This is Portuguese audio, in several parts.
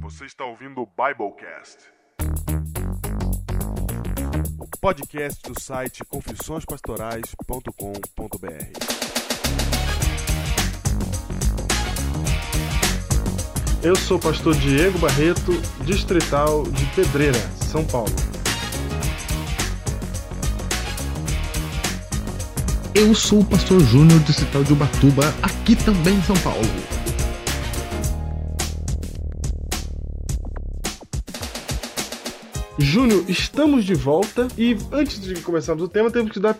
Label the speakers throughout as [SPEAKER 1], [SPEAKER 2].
[SPEAKER 1] Você está ouvindo o Biblecast. O podcast do site confissõespastorais.com.br.
[SPEAKER 2] Eu sou o pastor Diego Barreto, distrital de Pedreira, São Paulo.
[SPEAKER 3] Eu sou o pastor Júnior, distrital de Ubatuba, aqui também em São Paulo.
[SPEAKER 2] Júnior, estamos de volta e antes de começarmos o tema, temos que dar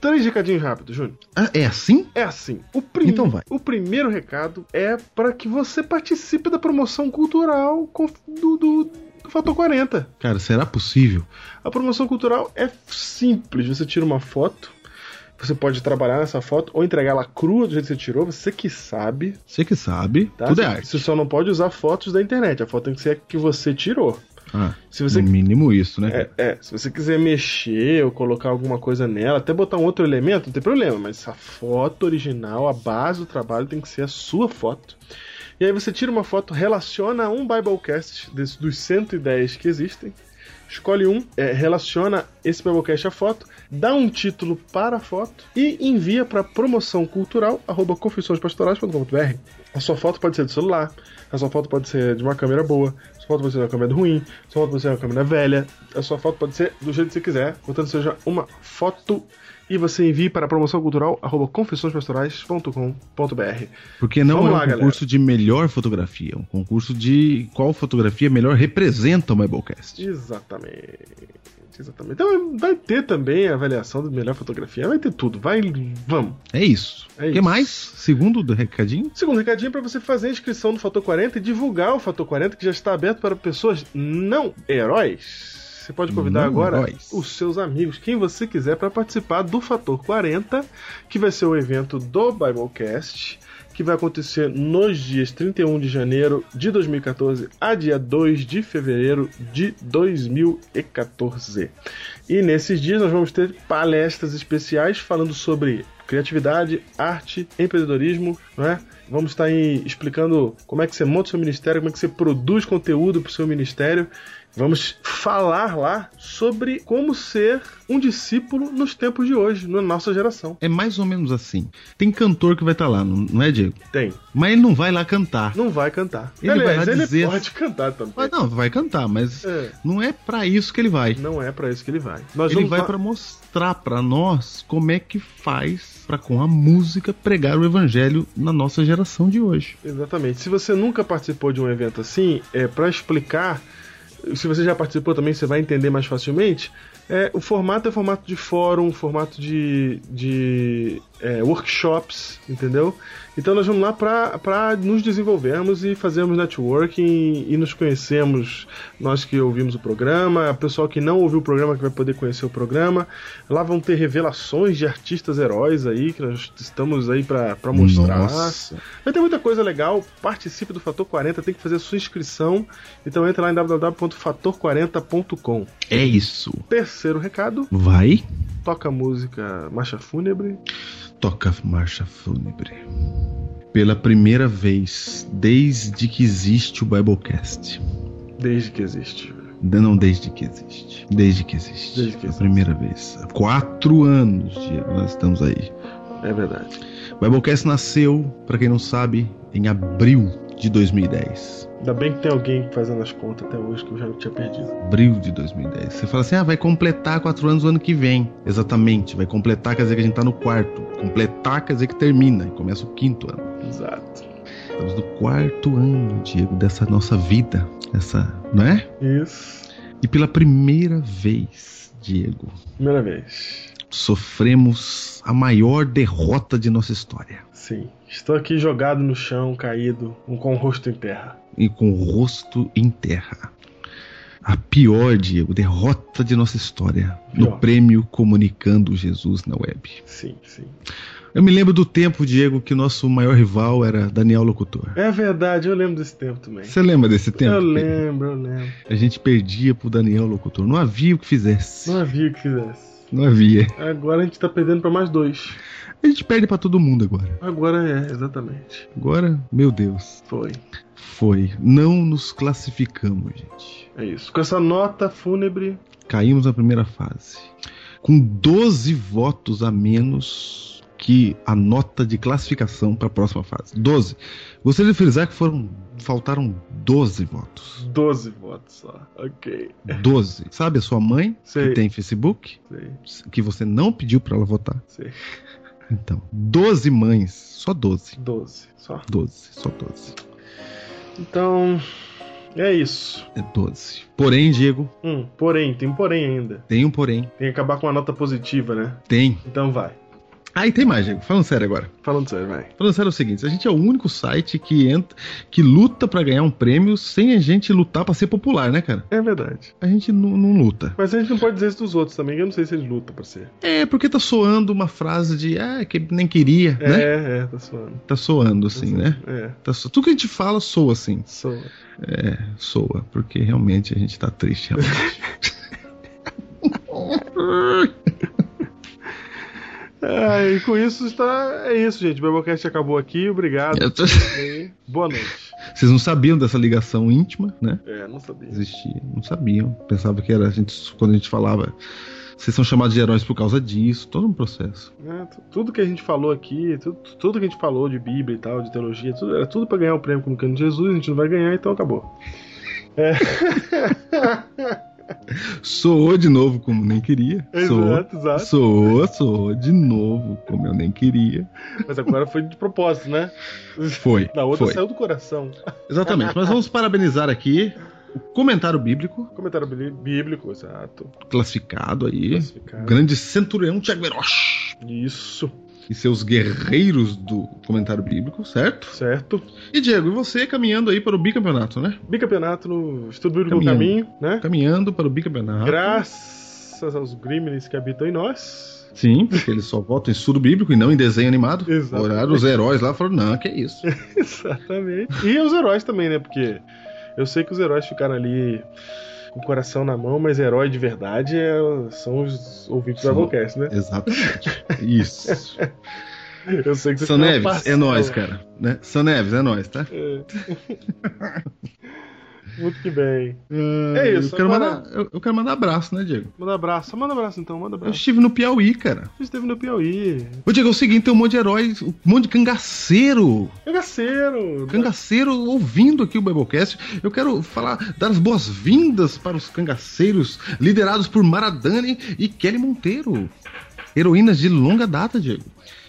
[SPEAKER 2] três recadinhos rápidos, Júnior.
[SPEAKER 3] Ah, é assim?
[SPEAKER 2] É assim. O, prim-
[SPEAKER 3] Então vai.
[SPEAKER 2] o primeiro recado é para que você participe da promoção cultural com- do, do, do Fator 40.
[SPEAKER 3] Cara, será possível?
[SPEAKER 2] A promoção cultural é simples. Você tira uma foto, você pode trabalhar nessa foto ou entregar ela crua do jeito que você tirou, você que sabe.
[SPEAKER 3] Você que sabe,
[SPEAKER 2] Tá?
[SPEAKER 3] tudo é
[SPEAKER 2] Você-
[SPEAKER 3] arte.
[SPEAKER 2] Você só não pode usar fotos da internet. A foto tem que ser a que você tirou.
[SPEAKER 3] Ah,
[SPEAKER 2] Se você
[SPEAKER 3] No mínimo isso, né?
[SPEAKER 2] é, é, se você quiser mexer ou colocar alguma coisa nela, até botar um outro elemento, não tem problema, mas a foto original, a base do trabalho tem que ser a sua foto. E aí você tira uma foto, relaciona um Biblecast desse, dos 110 que existem, escolhe um, é, relaciona esse Biblecast à foto, dá um título para a foto e envia para promoção cultural A sua foto pode ser do celular, a sua foto pode ser de uma câmera boa, a sua foto pode ser de uma câmera ruim, a sua foto pode ser de uma câmera velha, a sua foto pode ser do jeito que você quiser, portanto seja uma foto e você envie para promoção cultural
[SPEAKER 3] Porque não
[SPEAKER 2] Vamos
[SPEAKER 3] é um
[SPEAKER 2] lá, galera.
[SPEAKER 3] concurso de melhor fotografia, é um concurso de qual fotografia melhor representa o Biblecast.
[SPEAKER 2] Exatamente. Exatamente. Então vai ter também a avaliação da melhor fotografia, vai ter tudo. Vai, vamos.
[SPEAKER 3] É isso.
[SPEAKER 2] É
[SPEAKER 3] O que
[SPEAKER 2] isso.
[SPEAKER 3] mais? Segundo do recadinho?
[SPEAKER 2] Segundo recadinho é para você fazer a inscrição do Fator 40 e divulgar o Fator 40 que já está aberto para pessoas não heróis. Você pode convidar
[SPEAKER 3] Não
[SPEAKER 2] agora
[SPEAKER 3] heróis.
[SPEAKER 2] os seus amigos, quem você quiser, para participar do Fator 40, que vai ser o evento do Biblecast, que vai acontecer nos dias 31 de janeiro de 2014 a dia 2 de fevereiro de 2014. E nesses dias nós vamos ter palestras especiais falando sobre criatividade, arte, empreendedorismo, né? Vamos estar aí explicando como é que você monta o seu ministério, como é que você produz conteúdo para o seu ministério. Vamos falar lá sobre como ser um discípulo nos tempos de hoje, na nossa geração.
[SPEAKER 3] É mais ou menos assim. Tem cantor que vai estar lá, não- não é, Diego?
[SPEAKER 2] Tem,
[SPEAKER 3] Mas ele não vai lá cantar.
[SPEAKER 2] não vai cantar.
[SPEAKER 3] Ele
[SPEAKER 2] Aliás,
[SPEAKER 3] vai lá
[SPEAKER 2] ele
[SPEAKER 3] dizer-
[SPEAKER 2] pode cantar também.
[SPEAKER 3] Mas não, vai cantar, mas
[SPEAKER 2] É.
[SPEAKER 3] não é pra isso que ele vai.
[SPEAKER 2] Não é para isso que ele vai. Nós
[SPEAKER 3] Ele
[SPEAKER 2] vamos
[SPEAKER 3] vai
[SPEAKER 2] fa-
[SPEAKER 3] pra mostrar pra nós como é que faz pra com a música pregar o evangelho na nossa geração de hoje.
[SPEAKER 2] Exatamente. Se você nunca participou de um evento assim, é para explicar. Se você já participou também, você vai entender mais facilmente. É, o formato é formato de fórum, formato de, de é, workshops, entendeu? Então nós vamos lá para nos desenvolvermos e fazermos networking e nos conhecermos, nós que ouvimos o programa, o pessoal que não ouviu o programa que vai poder conhecer o programa. Lá vão ter revelações de artistas heróis aí, que nós estamos aí para mostrar.
[SPEAKER 3] Nossa.
[SPEAKER 2] Vai ter muita coisa legal. Participe do Fator 40, tem que fazer a sua inscrição. Então entra lá em www.fator40.com.
[SPEAKER 3] É isso.
[SPEAKER 2] Terceiro recado,
[SPEAKER 3] Vai,
[SPEAKER 2] toca a música Marcha Fúnebre.
[SPEAKER 3] toca a marcha fúnebre. Pela primeira vez desde que existe o Biblecast.
[SPEAKER 2] Desde que existe.
[SPEAKER 3] De- Não desde que existe. Desde que existe.
[SPEAKER 2] Desde que
[SPEAKER 3] Pela
[SPEAKER 2] existe.
[SPEAKER 3] primeira vez. Há quatro anos, Diego, nós estamos aí.
[SPEAKER 2] É verdade.
[SPEAKER 3] O Biblecast nasceu, pra quem não sabe, em abril de 2010.
[SPEAKER 2] Ainda bem que tem alguém fazendo as contas até hoje que eu já tinha perdido.
[SPEAKER 3] abril de 2010. Você fala assim, ah, vai completar quatro anos o ano que vem. Exatamente, vai completar quer dizer que a gente tá no quarto. Completar quer dizer que termina e começa o quinto ano.
[SPEAKER 2] Exato.
[SPEAKER 3] Estamos no quarto ano, Diego, dessa nossa vida, essa, não é?
[SPEAKER 2] Isso.
[SPEAKER 3] E pela primeira vez, Diego,
[SPEAKER 2] Primeira vez.
[SPEAKER 3] sofremos a maior derrota de nossa história.
[SPEAKER 2] Sim. Estou aqui jogado no chão, caído, um- com o rosto em terra.
[SPEAKER 3] E com o rosto em terra. A pior, Diego, derrota de nossa história. No
[SPEAKER 2] Pior.
[SPEAKER 3] prêmio Comunicando Jesus na web.
[SPEAKER 2] Sim, sim.
[SPEAKER 3] Eu me lembro do tempo, Diego, que o nosso maior rival era Daniel Locutor.
[SPEAKER 2] É verdade, eu lembro desse tempo também.
[SPEAKER 3] Você lembra desse tempo?
[SPEAKER 2] eu lembro, eu lembro.
[SPEAKER 3] A gente perdia pro Daniel Locutor. Não havia o que fizesse.
[SPEAKER 2] Não havia o que fizesse.
[SPEAKER 3] Não havia.
[SPEAKER 2] Agora a gente tá perdendo pra mais dois.
[SPEAKER 3] A gente perde pra todo mundo agora.
[SPEAKER 2] Agora é, exatamente.
[SPEAKER 3] Agora, meu Deus.
[SPEAKER 2] Foi.
[SPEAKER 3] Foi. Não nos classificamos, gente.
[SPEAKER 2] É isso. Com essa nota fúnebre.
[SPEAKER 3] Caímos na primeira fase. Com 12 votos a menos que a nota de classificação para a próxima fase. 12. Gostaria de frisar que foram faltaram 12 votos.
[SPEAKER 2] 12 votos só. Ok.
[SPEAKER 3] 12. Sabe a sua mãe
[SPEAKER 2] É. Sei.
[SPEAKER 3] que tem Facebook,
[SPEAKER 2] Sei,
[SPEAKER 3] que você não pediu para ela votar?
[SPEAKER 2] sei.
[SPEAKER 3] Então, 12 mães, só 12.
[SPEAKER 2] 12 só.
[SPEAKER 3] 12, só 12.
[SPEAKER 2] Então. É isso.
[SPEAKER 3] É 12. Porém, Diego,
[SPEAKER 2] Hum, porém, tem um porém ainda.
[SPEAKER 3] tem um porém.
[SPEAKER 2] Tem que acabar com uma nota positiva, né?
[SPEAKER 3] Tem.
[SPEAKER 2] Então vai.
[SPEAKER 3] Ah, e tem mais, Diego. Falando sério agora.
[SPEAKER 2] Falando sério, vai.
[SPEAKER 3] Falando sério é o seguinte, a gente é o único site que entra, que luta pra ganhar um prêmio sem a gente lutar pra ser popular, né, cara?
[SPEAKER 2] É verdade.
[SPEAKER 3] A gente não- não luta.
[SPEAKER 2] Mas a gente não pode dizer isso dos outros também, que eu não sei se eles lutam pra ser.
[SPEAKER 3] É, porque tá soando uma frase de ah, que nem queria,
[SPEAKER 2] É,
[SPEAKER 3] né?
[SPEAKER 2] é, tá suando.
[SPEAKER 3] Tá soando assim, né?
[SPEAKER 2] É,
[SPEAKER 3] Tá so... Tudo que a gente fala soa assim.
[SPEAKER 2] soa.
[SPEAKER 3] É, soa, porque realmente a gente tá triste. realmente.
[SPEAKER 2] É, e com isso está. É isso, gente. O Bebocast acabou aqui. Obrigado.
[SPEAKER 3] Eu tô-
[SPEAKER 2] E Boa noite.
[SPEAKER 3] Vocês não sabiam dessa ligação íntima, né?
[SPEAKER 2] É, não sabia.
[SPEAKER 3] Existia, não sabiam. Pensava que era a gente quando a gente falava. Vocês são chamados de heróis por causa disso, todo um processo.
[SPEAKER 2] É, tu- tudo que a gente falou aqui, tu- tudo, que a gente falou de Bíblia e tal, de teologia, tudo, era tudo pra ganhar o prêmio como cano de Jesus, a gente não vai ganhar, então acabou.
[SPEAKER 3] Soou de novo como nem queria. Soou,
[SPEAKER 2] Exato, exato.
[SPEAKER 3] soou, soou de novo como eu nem queria.
[SPEAKER 2] Mas agora foi de propósito, né?
[SPEAKER 3] Foi.
[SPEAKER 2] Na outra
[SPEAKER 3] foi.
[SPEAKER 2] saiu do coração.
[SPEAKER 3] Exatamente, mas vamos parabenizar aqui o comentário bíblico
[SPEAKER 2] Comentário bí- bíblico, exato.
[SPEAKER 3] classificado aí. O
[SPEAKER 2] Classificado.
[SPEAKER 3] grande centurião Tiago Meroch
[SPEAKER 2] Isso,
[SPEAKER 3] e seus guerreiros do comentário bíblico, certo?
[SPEAKER 2] certo.
[SPEAKER 3] E Diego, e você caminhando aí para o bicampeonato, né?
[SPEAKER 2] Bicampeonato no Estudo Bíblico
[SPEAKER 3] Caminhando.
[SPEAKER 2] do Caminho, né?
[SPEAKER 3] Caminhando para o bicampeonato.
[SPEAKER 2] Graças aos gremlins que habitam em nós.
[SPEAKER 3] Sim, porque eles só votam em estudo bíblico e não em desenho animado.
[SPEAKER 2] Exato.
[SPEAKER 3] Olharam os heróis lá e falaram: não, que isso.
[SPEAKER 2] Exatamente. E os heróis também, né? Porque eu sei que os heróis ficaram ali com o coração na mão, mas herói de verdade é- são os ouvintes
[SPEAKER 3] São-
[SPEAKER 2] da Vocast, né?
[SPEAKER 3] Exatamente. Isso.
[SPEAKER 2] Eu sei que vocês ficaram
[SPEAKER 3] São
[SPEAKER 2] Então
[SPEAKER 3] Neves, é
[SPEAKER 2] tá passando.
[SPEAKER 3] nós, cara. Né? São Neves, é nós, tá?
[SPEAKER 2] É. Muito que bem. É isso,
[SPEAKER 3] Eu quero,
[SPEAKER 2] agora-
[SPEAKER 3] mandar, eu- eu quero mandar abraço, né, Diego?
[SPEAKER 2] Manda abraço, manda abraço então, manda
[SPEAKER 3] Eu
[SPEAKER 2] abraço.
[SPEAKER 3] estive no Piauí, cara.
[SPEAKER 2] Você esteve no Piauí.
[SPEAKER 3] Ô, Diego, é o seguinte, tem um monte de heróis, um monte de cangaceiro.
[SPEAKER 2] Cangaceiro!
[SPEAKER 3] Cangaceiro ouvindo aqui o Biblecast. Eu quero falar, dar as boas-vindas para os cangaceiros liderados por Maradani e Kelly Monteiro. Heroínas de longa data, Diego.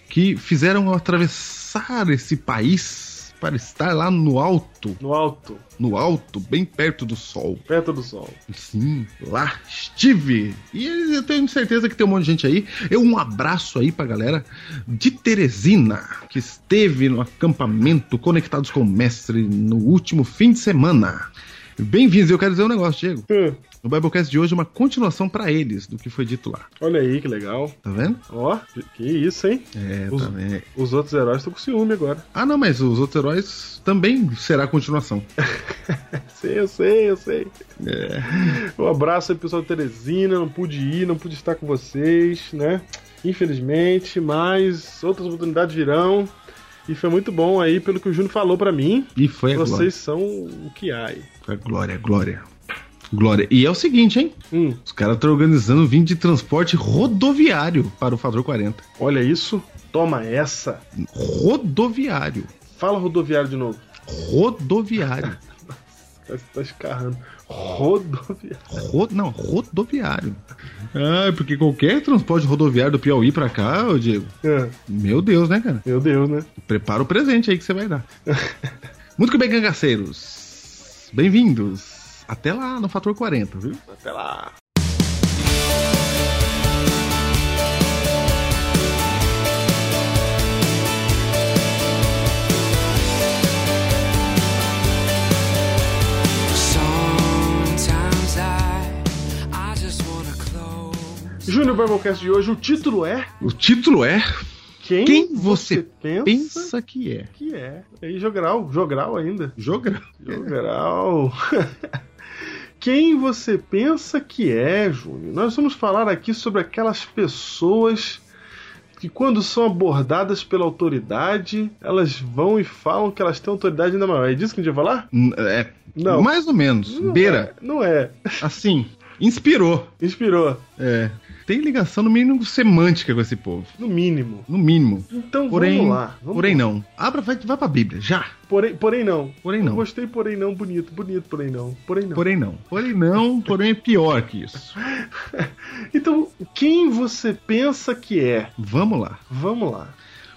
[SPEAKER 3] Que fizeram atravessar esse país para estar lá no alto,
[SPEAKER 2] No alto,
[SPEAKER 3] no alto, bem perto do sol.
[SPEAKER 2] perto do sol.
[SPEAKER 3] Sim, lá estive. E eu tenho certeza que tem um monte de gente aí. Eu um abraço aí pra galera de Teresina, que esteve no acampamento Conectados com o Mestre no último fim de semana. Bem-vindos, eu quero dizer um negócio, Diego.
[SPEAKER 2] Hum,
[SPEAKER 3] O Biblecast de hoje é uma continuação pra eles do que foi dito lá.
[SPEAKER 2] Olha aí que legal.
[SPEAKER 3] Tá vendo?
[SPEAKER 2] Ó, que isso, hein?
[SPEAKER 3] É,
[SPEAKER 2] Os-
[SPEAKER 3] tá vendo.
[SPEAKER 2] Os outros heróis estão com ciúme agora.
[SPEAKER 3] Ah, não, mas os outros heróis também será a continuação.
[SPEAKER 2] Sei, eu sei, eu sei.
[SPEAKER 3] É.
[SPEAKER 2] Um abraço aí, pessoal de Teresina. Não pude ir, não pude estar com vocês, né? Infelizmente, mas outras oportunidades virão. E foi muito bom aí, pelo que o Júnior falou pra mim.
[SPEAKER 3] E foi a glória.
[SPEAKER 2] vocês são o que há aí.
[SPEAKER 3] Foi a glória, glória. Glória. E é o seguinte, hein?
[SPEAKER 2] Hum,
[SPEAKER 3] Os caras estão organizando vindo de transporte rodoviário para o Fator 40.
[SPEAKER 2] olha isso. Toma essa.
[SPEAKER 3] Rodoviário.
[SPEAKER 2] Fala rodoviário de novo.
[SPEAKER 3] Rodoviário.
[SPEAKER 2] Você tá escarrando. Rodoviário.
[SPEAKER 3] Ro- não, rodoviário. Ah, porque qualquer transporte rodoviário do Piauí pra cá, eu digo,
[SPEAKER 2] Ah,
[SPEAKER 3] meu Deus, né, cara?
[SPEAKER 2] Meu Deus, né?
[SPEAKER 3] Prepara o presente aí que você vai dar. Muito que bem, cangaceiros. Bem-vindos. Até lá no Fator 40, viu?
[SPEAKER 2] Até lá.
[SPEAKER 4] Sometimes I, I just wanna close.
[SPEAKER 2] Júnior Biblecast de hoje, o título é
[SPEAKER 3] O título é
[SPEAKER 2] Quem,
[SPEAKER 3] Quem você
[SPEAKER 2] pensa,
[SPEAKER 3] Pensa que é.
[SPEAKER 2] que é? E aí, jogral, jogral ainda.
[SPEAKER 3] Jogral.
[SPEAKER 2] Jogral. quem você pensa que é, Júnior. Nós vamos falar aqui sobre aquelas pessoas que, quando são abordadas pela autoridade, elas vão e falam que elas têm autoridade ainda maior. É disso que a gente vai falar?
[SPEAKER 3] N- É,
[SPEAKER 2] Não.
[SPEAKER 3] mais ou menos.
[SPEAKER 2] Não
[SPEAKER 3] beira.
[SPEAKER 2] é, não é.
[SPEAKER 3] Assim, inspirou.
[SPEAKER 2] Inspirou,
[SPEAKER 3] É. Tem ligação, no mínimo, semântica com esse povo.
[SPEAKER 2] no mínimo.
[SPEAKER 3] No mínimo.
[SPEAKER 2] Então
[SPEAKER 3] Porém,
[SPEAKER 2] vamos lá. Vamos
[SPEAKER 3] porém
[SPEAKER 2] lá.
[SPEAKER 3] não. Abra, vai, vai pra Bíblia, já.
[SPEAKER 2] Porém, porém não.
[SPEAKER 3] Porém
[SPEAKER 2] Eu
[SPEAKER 3] não.
[SPEAKER 2] gostei, porém não, bonito, bonito, porém não. Porém não.
[SPEAKER 3] Porém não. Porém não, porém é pior que isso.
[SPEAKER 2] Então, quem você pensa que é?
[SPEAKER 3] Vamos lá.
[SPEAKER 2] Vamos lá.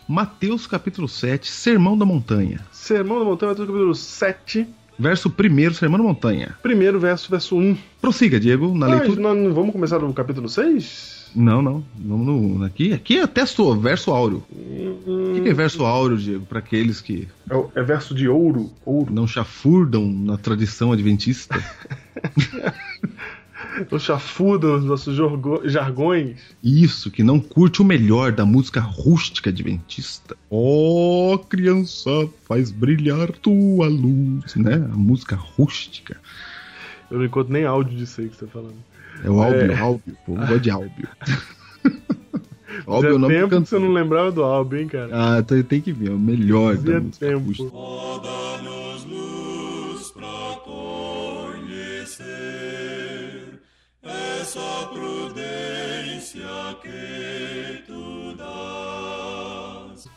[SPEAKER 3] Mateus capítulo 7, Sermão da Montanha.
[SPEAKER 2] Sermão da Montanha, Mateus capítulo 7,
[SPEAKER 3] Verso 1, Sermão da Montanha.
[SPEAKER 2] primeiro verso, verso 1.
[SPEAKER 3] Prossiga, Diego, na
[SPEAKER 2] Mas
[SPEAKER 3] leitura.
[SPEAKER 2] nós não vamos começar no capítulo 6?
[SPEAKER 3] Não, não. Vamos no, aqui, aqui é texto, verso áureo.
[SPEAKER 2] Hum,
[SPEAKER 3] O que que é verso áureo, Diego? Para aqueles que
[SPEAKER 2] É, o- é verso de ouro. Ouro.
[SPEAKER 3] não chafurdam na tradição adventista.
[SPEAKER 2] O chafudo nos nossos jorgo- jargões.
[SPEAKER 3] Isso, que não curte o melhor da música rústica adventista. Ó, criança, faz brilhar tua luz, né? A música rústica.
[SPEAKER 2] Eu não encontro nem áudio disso aí que você tá falando.
[SPEAKER 3] É o Álbio, Álbio. Pô, eu gosto de Álbio. Álbio é
[SPEAKER 2] Fazia
[SPEAKER 3] o nome do
[SPEAKER 2] tempo que você
[SPEAKER 3] cantor.
[SPEAKER 2] não lembrava do álbum, hein, cara?
[SPEAKER 3] Ah, então tem que ver, é o melhor da
[SPEAKER 2] Fazia
[SPEAKER 3] música
[SPEAKER 2] tempo.
[SPEAKER 3] rústica.
[SPEAKER 5] Dá-nos luz pra conhecer essa prudência que tu dás.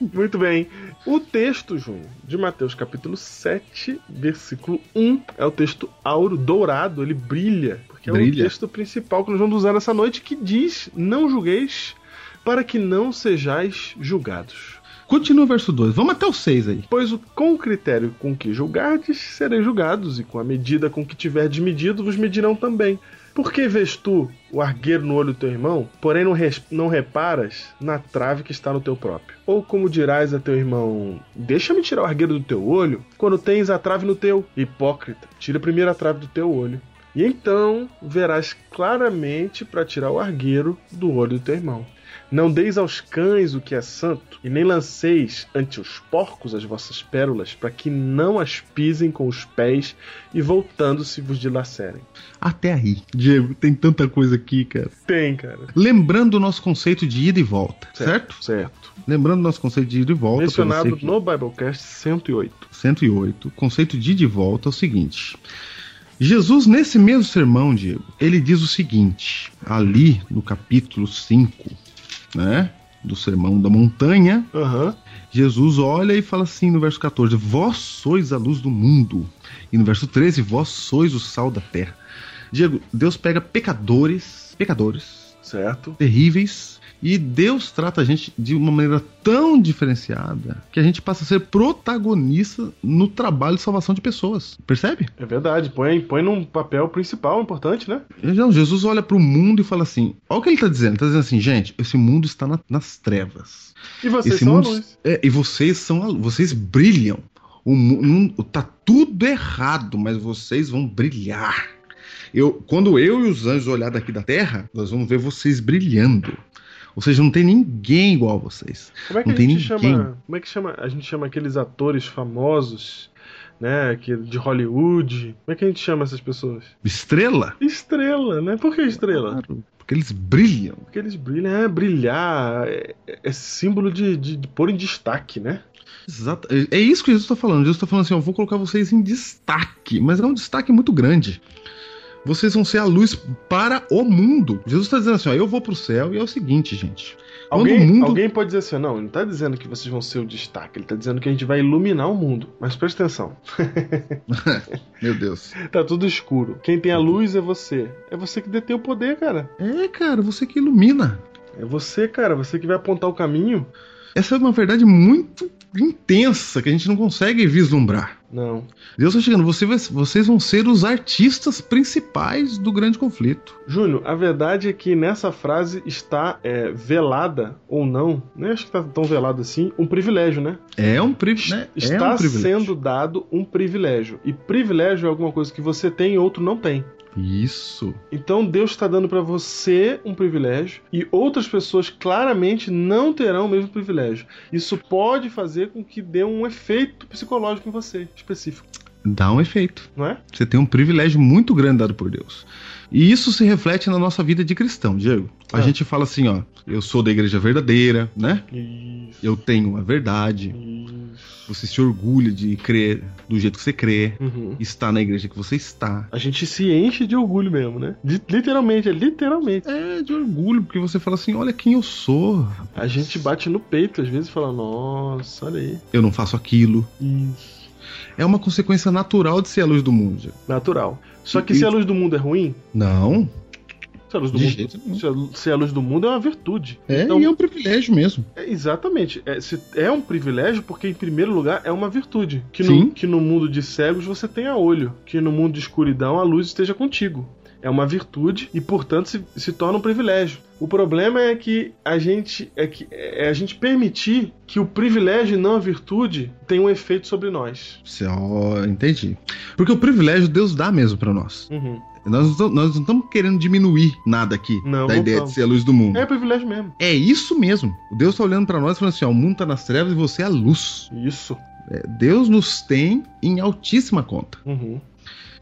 [SPEAKER 2] Muito bem. O texto, Júnior, de Mateus capítulo 7, versículo 1, é o texto auro, dourado, ele brilha. Porque é
[SPEAKER 3] Brilha.
[SPEAKER 2] o texto principal que nós vamos usar nessa noite, que diz, não julgueis, para que não sejais julgados.
[SPEAKER 3] Continua o verso 2. Vamos até o 6 aí.
[SPEAKER 2] Pois o- com o critério com que julgardes, sereis julgados, e com a medida com que tiverdes medido, vos medirão também. Por que vês tu o argueiro no olho do teu irmão, porém não, res- não reparas na trave que está no teu próprio? Ou como dirás a teu irmão, deixa-me tirar o argueiro do teu olho, quando tens a trave no teu? Hipócrita, tira primeiro a trave do teu olho. E então verás claramente para tirar o argueiro do olho do teu irmão. Não deis aos cães o que é santo, e nem lanceis ante os porcos as vossas pérolas, para que não as pisem com os pés e voltando-se vos dilacerem.
[SPEAKER 3] Até aí. Diego, tem tanta coisa aqui, cara.
[SPEAKER 2] Tem, cara.
[SPEAKER 3] Lembrando o nosso conceito de ida e volta, certo?
[SPEAKER 2] Certo.
[SPEAKER 3] Lembrando o nosso conceito de ida e volta. pra você
[SPEAKER 2] Mencionado
[SPEAKER 3] que-
[SPEAKER 2] no Biblecast 108.
[SPEAKER 3] 108, o conceito de de volta é o seguinte. Jesus, nesse mesmo sermão, Diego, ele diz o seguinte, ali no capítulo 5, né? Do sermão da montanha,
[SPEAKER 2] Aham.
[SPEAKER 3] Jesus olha e fala assim no verso 14: Vós sois a luz do mundo. E no verso 13: Vós sois o sal da terra. Diego, Deus pega pecadores, pecadores,
[SPEAKER 2] Certo.
[SPEAKER 3] terríveis. E Deus trata a gente de uma maneira tão diferenciada que a gente passa a ser protagonista no trabalho de salvação de pessoas. Percebe?
[SPEAKER 2] É verdade. Põe, põe num papel principal, importante, né?
[SPEAKER 3] Então, Jesus olha para o mundo e fala assim: olha o que ele está dizendo. Ele está dizendo assim, gente, esse mundo está na- nas trevas.
[SPEAKER 2] E vocês
[SPEAKER 3] Esse
[SPEAKER 2] são
[SPEAKER 3] mundo-
[SPEAKER 2] a luz.
[SPEAKER 3] É, e vocês são a luz, vocês brilham. O mu- não- tá tudo errado, mas vocês vão brilhar. Eu, quando eu e os anjos olhar daqui da terra, nós vamos ver vocês brilhando. Ou seja, não tem ninguém igual a vocês.
[SPEAKER 2] Como é que
[SPEAKER 3] Não
[SPEAKER 2] a
[SPEAKER 3] tem
[SPEAKER 2] gente
[SPEAKER 3] ninguém.
[SPEAKER 2] chama. Como é que chama. A gente chama aqueles atores famosos, né? Que, de Hollywood. Como é que a gente chama essas pessoas?
[SPEAKER 3] Estrela?
[SPEAKER 2] Estrela, né? Por que estrela?
[SPEAKER 3] Claro, porque eles brilham.
[SPEAKER 2] Porque eles brilham, é brilhar, é, é símbolo de, de, de pôr em destaque, né?
[SPEAKER 3] Exato. É é isso que Jesus está falando. Jesus está falando assim: eu vou colocar vocês em destaque, mas é um destaque muito grande. Vocês vão ser a luz para o mundo. Jesus está dizendo assim: ó, eu vou para o céu e é o seguinte, gente. Quando
[SPEAKER 2] Alguém,
[SPEAKER 3] o mundo-
[SPEAKER 2] alguém pode dizer assim, não, ele não tá dizendo que vocês vão ser o destaque, ele tá dizendo que a gente vai iluminar o mundo. Mas presta atenção,
[SPEAKER 3] Meu Deus.
[SPEAKER 2] tá tudo escuro. Quem tem a
[SPEAKER 3] Uhum.
[SPEAKER 2] luz é você. É você que detém o poder, cara.
[SPEAKER 3] É, cara, você que ilumina.
[SPEAKER 2] É você, cara, você que vai apontar o caminho.
[SPEAKER 3] Essa é uma verdade muito intensa que a gente não consegue vislumbrar.
[SPEAKER 2] Não.
[SPEAKER 3] Deus está chegando, você vai- vocês vão ser os artistas principais do grande conflito.
[SPEAKER 2] Júnior, a verdade é que nessa frase está é, velada ou não, nem acho que tá tão velado assim, um privilégio, né?
[SPEAKER 3] É um privilégio. Né?
[SPEAKER 2] Está
[SPEAKER 3] é um privilégio.
[SPEAKER 2] sendo dado um privilégio. E privilégio é alguma coisa que você tem e outro não tem.
[SPEAKER 3] Isso.
[SPEAKER 2] Então Deus está dando para você um privilégio e outras pessoas claramente não terão o mesmo privilégio. Isso pode fazer com que dê um efeito psicológico em você, específico.
[SPEAKER 3] dá um efeito.
[SPEAKER 2] não é?
[SPEAKER 3] Você tem um privilégio muito grande dado por Deus. E isso se reflete na nossa vida de cristão, Diego. A
[SPEAKER 2] É.
[SPEAKER 3] gente fala assim, ó, eu sou da igreja verdadeira, né?
[SPEAKER 2] Isso.
[SPEAKER 3] Eu tenho a verdade.
[SPEAKER 2] Isso.
[SPEAKER 3] Você se orgulha de crer do jeito que você crê.
[SPEAKER 2] Uhum.
[SPEAKER 3] Está na igreja que você está.
[SPEAKER 2] A gente se enche de orgulho mesmo, né? Li- literalmente, é literalmente.
[SPEAKER 3] É de orgulho, porque você fala assim, olha quem eu sou.
[SPEAKER 2] A gente bate no peito às vezes e fala, nossa, olha aí.
[SPEAKER 3] Eu não faço aquilo.
[SPEAKER 2] Isso.
[SPEAKER 3] É uma consequência natural de ser a luz do mundo, Diego.
[SPEAKER 2] Natural. Só que
[SPEAKER 3] E-
[SPEAKER 2] se a luz do mundo é ruim,
[SPEAKER 3] Não,
[SPEAKER 2] se a luz do
[SPEAKER 3] de
[SPEAKER 2] mundo.
[SPEAKER 3] jeito nenhum.
[SPEAKER 2] se a- Se a luz do mundo é uma virtude.
[SPEAKER 3] É,
[SPEAKER 2] Então-
[SPEAKER 3] e é um privilégio mesmo.
[SPEAKER 2] É, exatamente. É, se- é um privilégio porque, em primeiro lugar, é uma virtude. Que
[SPEAKER 3] Sim.
[SPEAKER 2] no, que no mundo de cegos você tenha olho. Que no mundo de escuridão a luz esteja contigo. É uma virtude e, portanto, se, se torna um privilégio. O problema é que a gente é que é a gente permitir que o privilégio e não a virtude tenha um efeito sobre nós.
[SPEAKER 3] Você- ó, entendi. Porque o privilégio Deus dá mesmo pra nós.
[SPEAKER 2] Uhum.
[SPEAKER 3] Nós não, tam- nós não estamos querendo diminuir nada aqui
[SPEAKER 2] Não,
[SPEAKER 3] da
[SPEAKER 2] não
[SPEAKER 3] ideia
[SPEAKER 2] tamo.
[SPEAKER 3] de ser a luz do mundo.
[SPEAKER 2] É
[SPEAKER 3] É,
[SPEAKER 2] privilégio mesmo.
[SPEAKER 3] isso mesmo. O Deus está olhando pra nós e falando assim: ó, o mundo tá nas trevas e você é a luz.
[SPEAKER 2] Isso.
[SPEAKER 3] É, Deus nos tem em altíssima conta.
[SPEAKER 2] Uhum.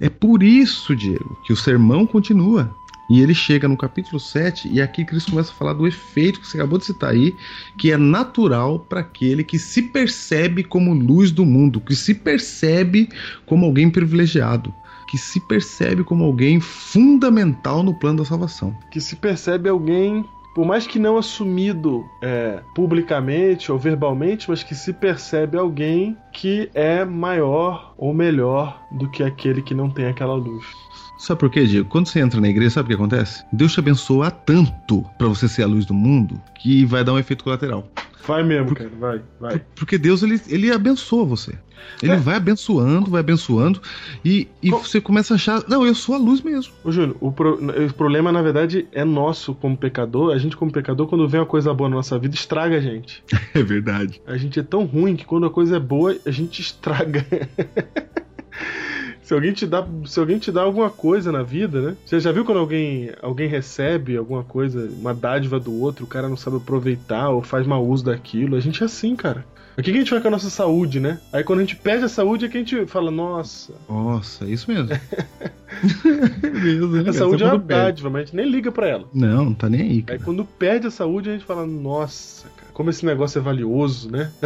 [SPEAKER 3] É por isso, Diego, que o sermão continua. E ele chega no capítulo 7, e aqui Cristo começa a falar do efeito que você acabou de citar aí, que é natural para aquele que se percebe como luz do mundo, que se percebe como alguém privilegiado, que se percebe como alguém fundamental no plano da salvação.
[SPEAKER 2] que se percebe alguém, por mais que não assumido é, publicamente ou verbalmente, mas que se percebe alguém que é maior ou melhor do que aquele que não tem aquela luz.
[SPEAKER 3] Sabe por quê, Diego? Quando você entra na igreja, sabe o que acontece? Deus te abençoa tanto para você ser a luz do mundo que vai dar um efeito colateral.
[SPEAKER 2] Vai mesmo, cara, vai, vai.
[SPEAKER 3] Porque Deus, ele, ele abençoa você. Ele
[SPEAKER 2] É.
[SPEAKER 3] vai abençoando, vai abençoando. E, e
[SPEAKER 2] Com-
[SPEAKER 3] você começa a achar, não, eu sou a luz mesmo.
[SPEAKER 2] Ô, Júnior, o, pro- o problema, na verdade, é nosso como pecador. A gente, como pecador, quando vem uma coisa boa na nossa vida, estraga a gente.
[SPEAKER 3] É verdade.
[SPEAKER 2] A gente é tão ruim que quando a coisa é boa, a gente estraga. se, alguém te dá, se alguém te dá alguma coisa na vida, né? Você já viu quando alguém, alguém recebe alguma coisa, uma dádiva do outro, o cara não sabe aproveitar ou faz mau uso daquilo? A gente é assim, cara. Aqui que a gente vai com a nossa saúde, né? Aí quando a gente perde a saúde é que a gente fala, nossa,
[SPEAKER 3] Nossa, é isso mesmo. É mesmo, né,
[SPEAKER 2] a
[SPEAKER 3] cara?
[SPEAKER 2] saúde é
[SPEAKER 3] Você
[SPEAKER 2] uma É.
[SPEAKER 3] quando perde.
[SPEAKER 2] dádiva, mas a gente nem liga pra ela.
[SPEAKER 3] Não, não tá nem aí,
[SPEAKER 2] Aí
[SPEAKER 3] cara.
[SPEAKER 2] quando perde a saúde, a gente fala, nossa, cara, como esse negócio é valioso, né?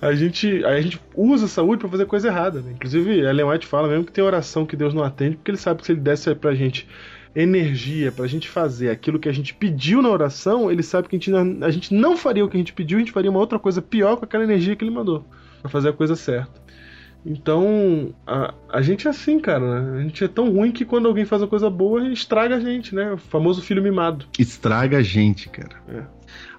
[SPEAKER 2] a, gente, aí a gente usa a saúde pra fazer coisa errada, né? Inclusive, Ellen White fala mesmo que tem oração que Deus não atende, porque ele sabe que se ele desse pra gente energia pra gente fazer aquilo que a gente pediu na oração, ele sabe que a gente, não, a gente não faria o que a gente pediu, a gente faria uma outra coisa pior com aquela energia que ele mandou, pra fazer a coisa certa. Então, a, a gente é assim, cara, né? A gente é tão ruim que quando alguém faz uma coisa boa, estraga a gente, né? O famoso filho mimado.
[SPEAKER 3] Estraga a gente, cara.
[SPEAKER 2] É.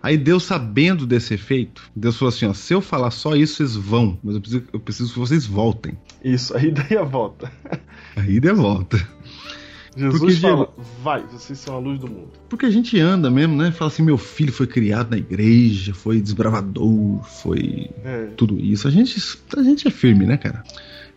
[SPEAKER 3] Aí Deus, sabendo desse efeito, Deus falou assim: ó, se eu falar só isso, vocês vão. Mas eu preciso, eu preciso que vocês voltem.
[SPEAKER 2] Isso, aí daí a volta.
[SPEAKER 3] Aí devolta.
[SPEAKER 2] Jesus
[SPEAKER 3] Porque,
[SPEAKER 2] fala, vai, vocês são a luz do mundo.
[SPEAKER 3] Porque a gente anda mesmo, né? Fala assim: meu filho foi criado na igreja, foi desbravador, foi
[SPEAKER 2] É.
[SPEAKER 3] tudo isso. A gente, a gente é firme, né, cara?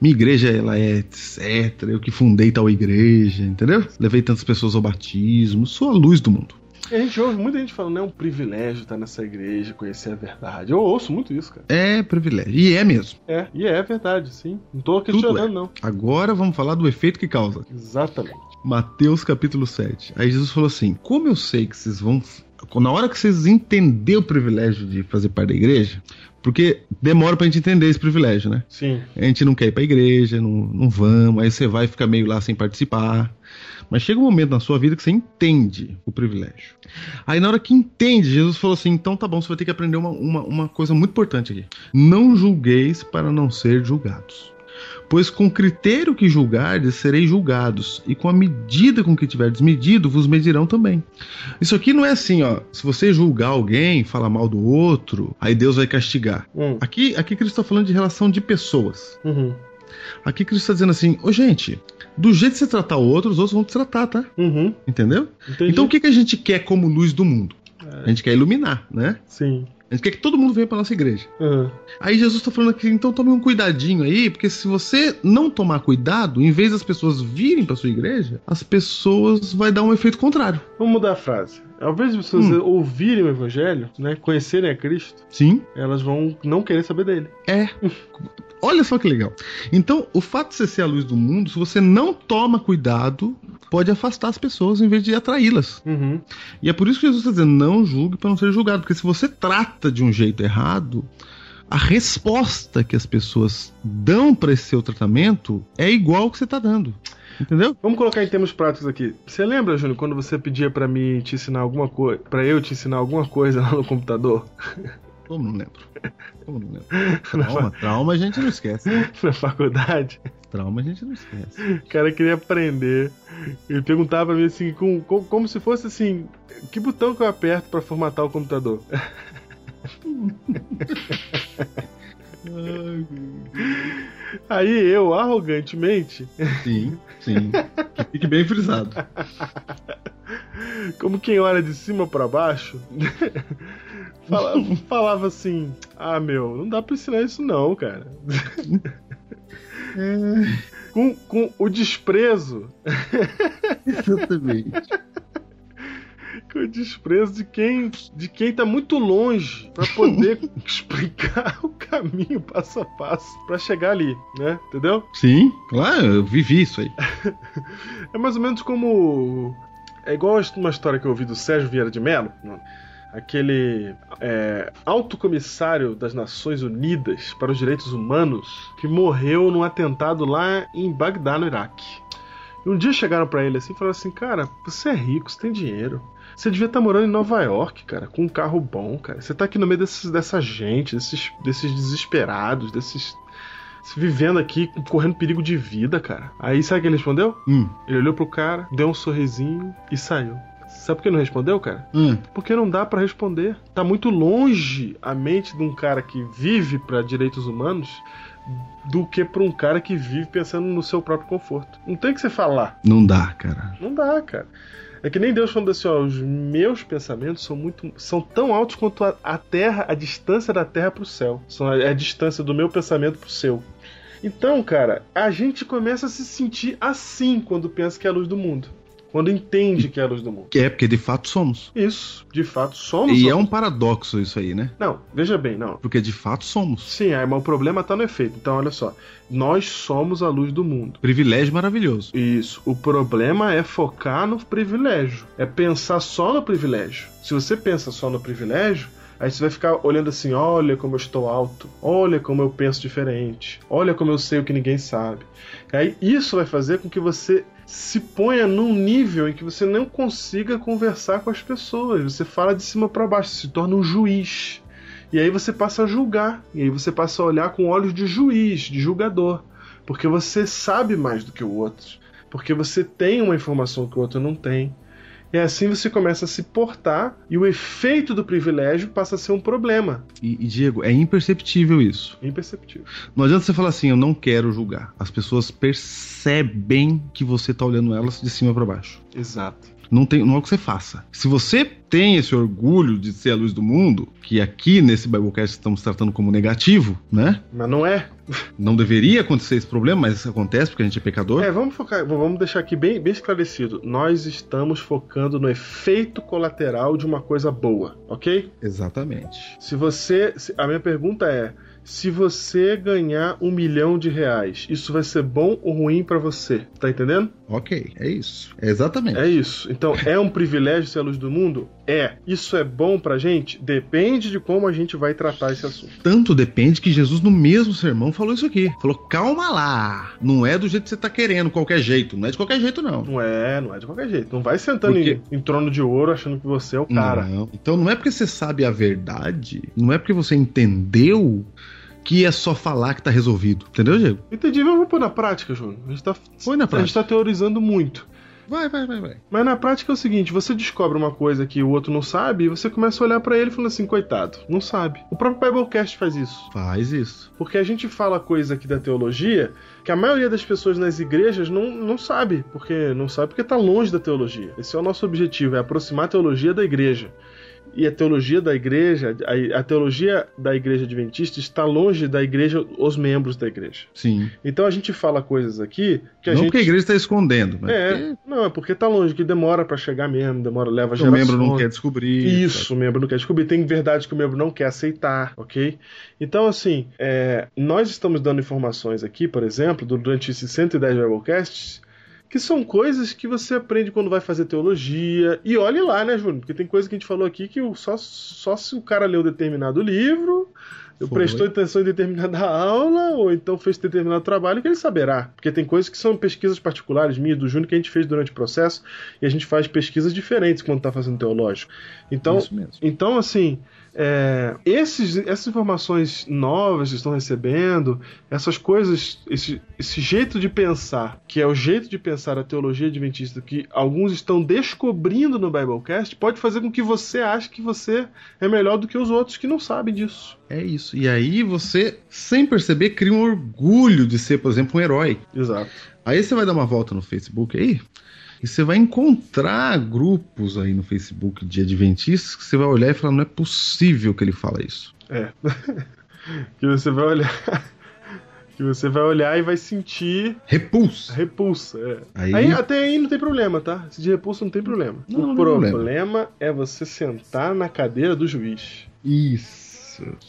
[SPEAKER 3] Minha igreja, ela é etc. Eu que fundei tal igreja, entendeu? Levei tantas pessoas ao batismo. Sou a luz do mundo.
[SPEAKER 2] E a gente ouve muita gente falando, né? É um privilégio estar nessa igreja, conhecer a verdade. Eu ouço muito isso, cara.
[SPEAKER 3] É privilégio. E é mesmo.
[SPEAKER 2] É, e é verdade, sim. Não tô questionando,
[SPEAKER 3] é.
[SPEAKER 2] não.
[SPEAKER 3] Agora vamos falar do efeito que causa.
[SPEAKER 2] Exatamente.
[SPEAKER 3] Mateus capítulo 7. Aí Jesus falou assim: Como eu sei que vocês vão. Na hora que vocês entender o privilégio de fazer parte da igreja, porque demora pra gente entender esse privilégio, né?
[SPEAKER 2] Sim.
[SPEAKER 3] A gente não quer ir pra igreja, não, não vamos, aí você vai e fica meio lá sem participar. Mas chega um momento na sua vida que você entende o privilégio. Aí na hora que entende, Jesus falou assim: então tá bom, você vai ter que aprender uma, uma, uma coisa muito importante aqui. Não julgueis para não ser julgados. Pois com o critério que julgardes, sereis julgados, e com a medida com que tiverdes medido, vos medirão também. Isso aqui não é assim, ó. Se você julgar alguém, falar mal do outro, aí Deus vai castigar.
[SPEAKER 2] Hum.
[SPEAKER 3] Aqui, aqui Cristo está falando de relação de pessoas.
[SPEAKER 2] Uhum.
[SPEAKER 3] Aqui Cristo está dizendo assim: ô gente, do jeito que você tratar o outro, os outros vão te tratar, tá?
[SPEAKER 2] Uhum.
[SPEAKER 3] Entendeu?
[SPEAKER 2] Entendi.
[SPEAKER 3] Então o que, que a gente quer como luz do mundo? A gente quer iluminar, né?
[SPEAKER 2] Sim.
[SPEAKER 3] A gente quer que todo mundo venha para nossa igreja.
[SPEAKER 2] Uhum.
[SPEAKER 3] Aí Jesus está falando aqui, então tome um cuidadinho aí, porque se você não tomar cuidado, em vez das pessoas virem para sua igreja, as pessoas vai dar um efeito contrário.
[SPEAKER 2] Vamos mudar a frase. Ao invés de pessoas
[SPEAKER 3] Hum.
[SPEAKER 2] ouvirem o evangelho, né? Conhecerem a Cristo,
[SPEAKER 3] Sim.
[SPEAKER 2] elas vão não querer saber dele.
[SPEAKER 3] É. Olha só que legal. Então, o fato de você ser a luz do mundo, se você não toma cuidado, pode afastar as pessoas em vez de atraí-las.
[SPEAKER 2] Uhum.
[SPEAKER 3] E é por isso que Jesus está dizendo: não julgue para não ser julgado. Porque se você trata de um jeito errado, a resposta que as pessoas dão para esse seu tratamento é igual ao que você está dando. Entendeu?
[SPEAKER 2] Vamos colocar em termos práticos aqui. Você lembra, Júnior, quando você pedia pra mim te ensinar alguma coisa, para eu te ensinar alguma coisa lá no computador,
[SPEAKER 3] Como não lembro. Como não lembro. Trauma, trauma a gente não esquece. né?
[SPEAKER 2] na faculdade?
[SPEAKER 3] Trauma a gente não esquece.
[SPEAKER 2] O cara queria aprender. Ele perguntava pra mim assim, com, com- como se fosse assim, que botão que eu aperto pra formatar o computador? Aí eu, arrogantemente,
[SPEAKER 3] Sim, sim. Que Fique bem frisado.
[SPEAKER 2] como quem olha de cima pra baixo, fala- falava assim: Ah, meu, não dá pra ensinar isso, não, cara. com, com o desprezo,
[SPEAKER 3] Exatamente.
[SPEAKER 2] com o desprezo de quem, de quem tá muito longe pra poder explicar o caminho passo a passo pra chegar ali, né? Entendeu?
[SPEAKER 3] Sim, claro, eu vivi isso aí.
[SPEAKER 2] É mais ou menos como. É igual uma história que eu ouvi do Sérgio Vieira de Mello, é? aquele é, alto comissário das Nações Unidas para os Direitos Humanos, que morreu num atentado lá em Bagdá, no Iraque. E um dia chegaram pra ele assim e falaram assim: Cara, você é rico, você tem dinheiro. Você devia estar morando em Nova York, cara, com um carro bom, cara. Você tá aqui no meio desses, dessa gente, desses, desses desesperados, desses. vivendo aqui, correndo perigo de vida, cara. Aí sabe o que ele respondeu?
[SPEAKER 3] Hum,
[SPEAKER 2] Ele olhou pro cara, deu um sorrisinho e saiu. Sabe por que não respondeu, cara?
[SPEAKER 3] hum.
[SPEAKER 2] Porque não dá pra responder. Tá muito longe a mente de um cara que vive pra direitos humanos do que pra um cara que vive pensando no seu próprio conforto. Não tem o que você falar.
[SPEAKER 3] Não dá, cara.
[SPEAKER 2] Não dá, cara. É que nem Deus falando assim, ó, os meus pensamentos são muito são tão altos quanto a, a terra, a distância da terra pro céu. São a, é a distância do meu pensamento pro seu. Então, cara, a gente começa a se sentir assim quando pensa que é a luz do mundo. Quando entende que é a luz do mundo.
[SPEAKER 3] Que é porque de fato somos.
[SPEAKER 2] Isso, de fato, somos.
[SPEAKER 3] E é
[SPEAKER 2] somos.
[SPEAKER 3] um paradoxo isso aí, né?
[SPEAKER 2] Não, veja bem, não.
[SPEAKER 3] Porque de fato somos.
[SPEAKER 2] Sim, aí, mas o problema tá no efeito. Então, olha só. Nós somos a luz do mundo.
[SPEAKER 3] Privilégio maravilhoso.
[SPEAKER 2] Isso. O problema é focar no privilégio. É pensar só no privilégio. Se você pensa só no privilégio, aí você vai ficar olhando assim: olha como eu estou alto, olha como eu penso diferente, olha como eu sei o que ninguém sabe. Aí isso vai fazer com que você se ponha num nível em que você não consiga conversar com as pessoas. Você fala de cima para baixo, se torna um juiz. E aí você passa a julgar, e aí você passa a olhar com olhos de juiz, de julgador, porque você sabe mais do que o outro, porque você tem uma informação que o outro não tem. E assim você começa a se portar e o efeito do privilégio passa a ser um problema
[SPEAKER 3] E, e, Diego, é imperceptível isso.
[SPEAKER 2] imperceptível.
[SPEAKER 3] Não adianta você falar assim, eu não quero julgar. As pessoas percebem que você tá olhando elas de cima pra baixo.
[SPEAKER 2] Exato.
[SPEAKER 3] Não, tem, não é o que você faça. Se você tem esse orgulho de ser a luz do mundo, que aqui nesse Biblecast estamos tratando como negativo, né?
[SPEAKER 2] Mas não é.
[SPEAKER 3] Não deveria acontecer esse problema, mas isso acontece porque a gente é pecador.
[SPEAKER 2] É, vamos focar, v- vamos deixar aqui bem, bem esclarecido. Nós estamos focando no efeito colateral de uma coisa boa, ok?
[SPEAKER 3] Exatamente.
[SPEAKER 2] Se você. se- A minha pergunta é: se você ganhar um milhão de reais, isso vai ser bom ou ruim pra você? Tá entendendo?
[SPEAKER 3] Ok, é isso. É exatamente.
[SPEAKER 2] É isso. Então, é um privilégio ser a luz do mundo? É. Isso é bom pra gente? Depende de como a gente vai tratar esse assunto.
[SPEAKER 3] Tanto depende que Jesus, no mesmo sermão, falou isso aqui. Falou: calma lá. Não é do jeito que você tá querendo, qualquer jeito. Não é de qualquer jeito, não.
[SPEAKER 2] Não é, não é de qualquer jeito. Não vai sentando
[SPEAKER 3] Porque-
[SPEAKER 2] em, em trono de ouro achando que você é o cara.
[SPEAKER 3] Não. Então não é porque você sabe a verdade, não é porque você entendeu que é só falar que tá resolvido. Entendeu, Diego?
[SPEAKER 2] Entendi, mas vamos pôr na prática, Júnior. A gente tá,
[SPEAKER 3] Põe na
[SPEAKER 2] a gente tá teorizando muito.
[SPEAKER 3] Vai, vai, vai, vai.
[SPEAKER 2] Mas na prática é o seguinte, você descobre uma coisa que o outro não sabe e você começa a olhar pra ele falando assim, coitado, não sabe. O próprio Biblecast faz isso.
[SPEAKER 3] Faz isso.
[SPEAKER 2] Porque a gente fala coisa aqui da teologia que a maioria das pessoas nas igrejas não, não sabe, porque não sabe porque tá longe da teologia. Esse é o nosso objetivo, é aproximar a teologia da igreja. E a teologia da igreja, a, a teologia da igreja adventista está longe da igreja, os membros da igreja.
[SPEAKER 3] Sim.
[SPEAKER 2] Então a gente fala coisas aqui que a
[SPEAKER 3] não
[SPEAKER 2] gente.
[SPEAKER 3] porque a igreja está escondendo, mas
[SPEAKER 2] É, não, é porque tá longe, que demora pra chegar mesmo, demora, leva
[SPEAKER 3] porque o
[SPEAKER 2] gerações.
[SPEAKER 3] membro não quer descobrir.
[SPEAKER 2] Isso, o membro não quer descobrir. Tem verdade que o membro não quer aceitar, ok? Então, assim, é, nós estamos dando informações aqui, por exemplo, durante esses 110 Biblecasts, que são coisas que você aprende quando vai fazer teologia. E olhe lá, né, Júnior? Porque tem coisa que a gente falou aqui que o- só, só se o cara leu determinado livro,
[SPEAKER 3] Foi.
[SPEAKER 2] prestou atenção em determinada aula, ou então fez determinado trabalho, que ele saberá. Porque tem coisas que são pesquisas particulares, minha e do Júnior, que a gente fez durante o processo, e a gente faz pesquisas diferentes quando está fazendo teológico. Então,
[SPEAKER 3] Isso mesmo.
[SPEAKER 2] então, assim, é, esses, essas informações novas que estão recebendo, essas coisas, esse, esse jeito de pensar, que é o jeito de pensar a teologia adventista que alguns estão descobrindo no Biblecast, pode fazer com que você ache que você é melhor do que os outros que não sabem disso.
[SPEAKER 3] É isso. E aí você, sem perceber, cria um orgulho de ser, por exemplo, um herói.
[SPEAKER 2] Exato.
[SPEAKER 3] Aí você vai dar uma volta no Facebook aí. E você vai encontrar grupos aí no Facebook de Adventistas que você vai olhar e falar: não é possível que ele fala isso.
[SPEAKER 2] É. que você vai olhar. que você vai olhar e vai sentir
[SPEAKER 3] Repulsa!
[SPEAKER 2] repulsa. É.
[SPEAKER 3] Aí-
[SPEAKER 2] Aí, até aí não tem problema, tá? Se de repulsa não tem problema.
[SPEAKER 3] Não, não
[SPEAKER 2] o
[SPEAKER 3] tem
[SPEAKER 2] problema,
[SPEAKER 3] problema.
[SPEAKER 2] é você sentar na cadeira do juiz.
[SPEAKER 3] Isso.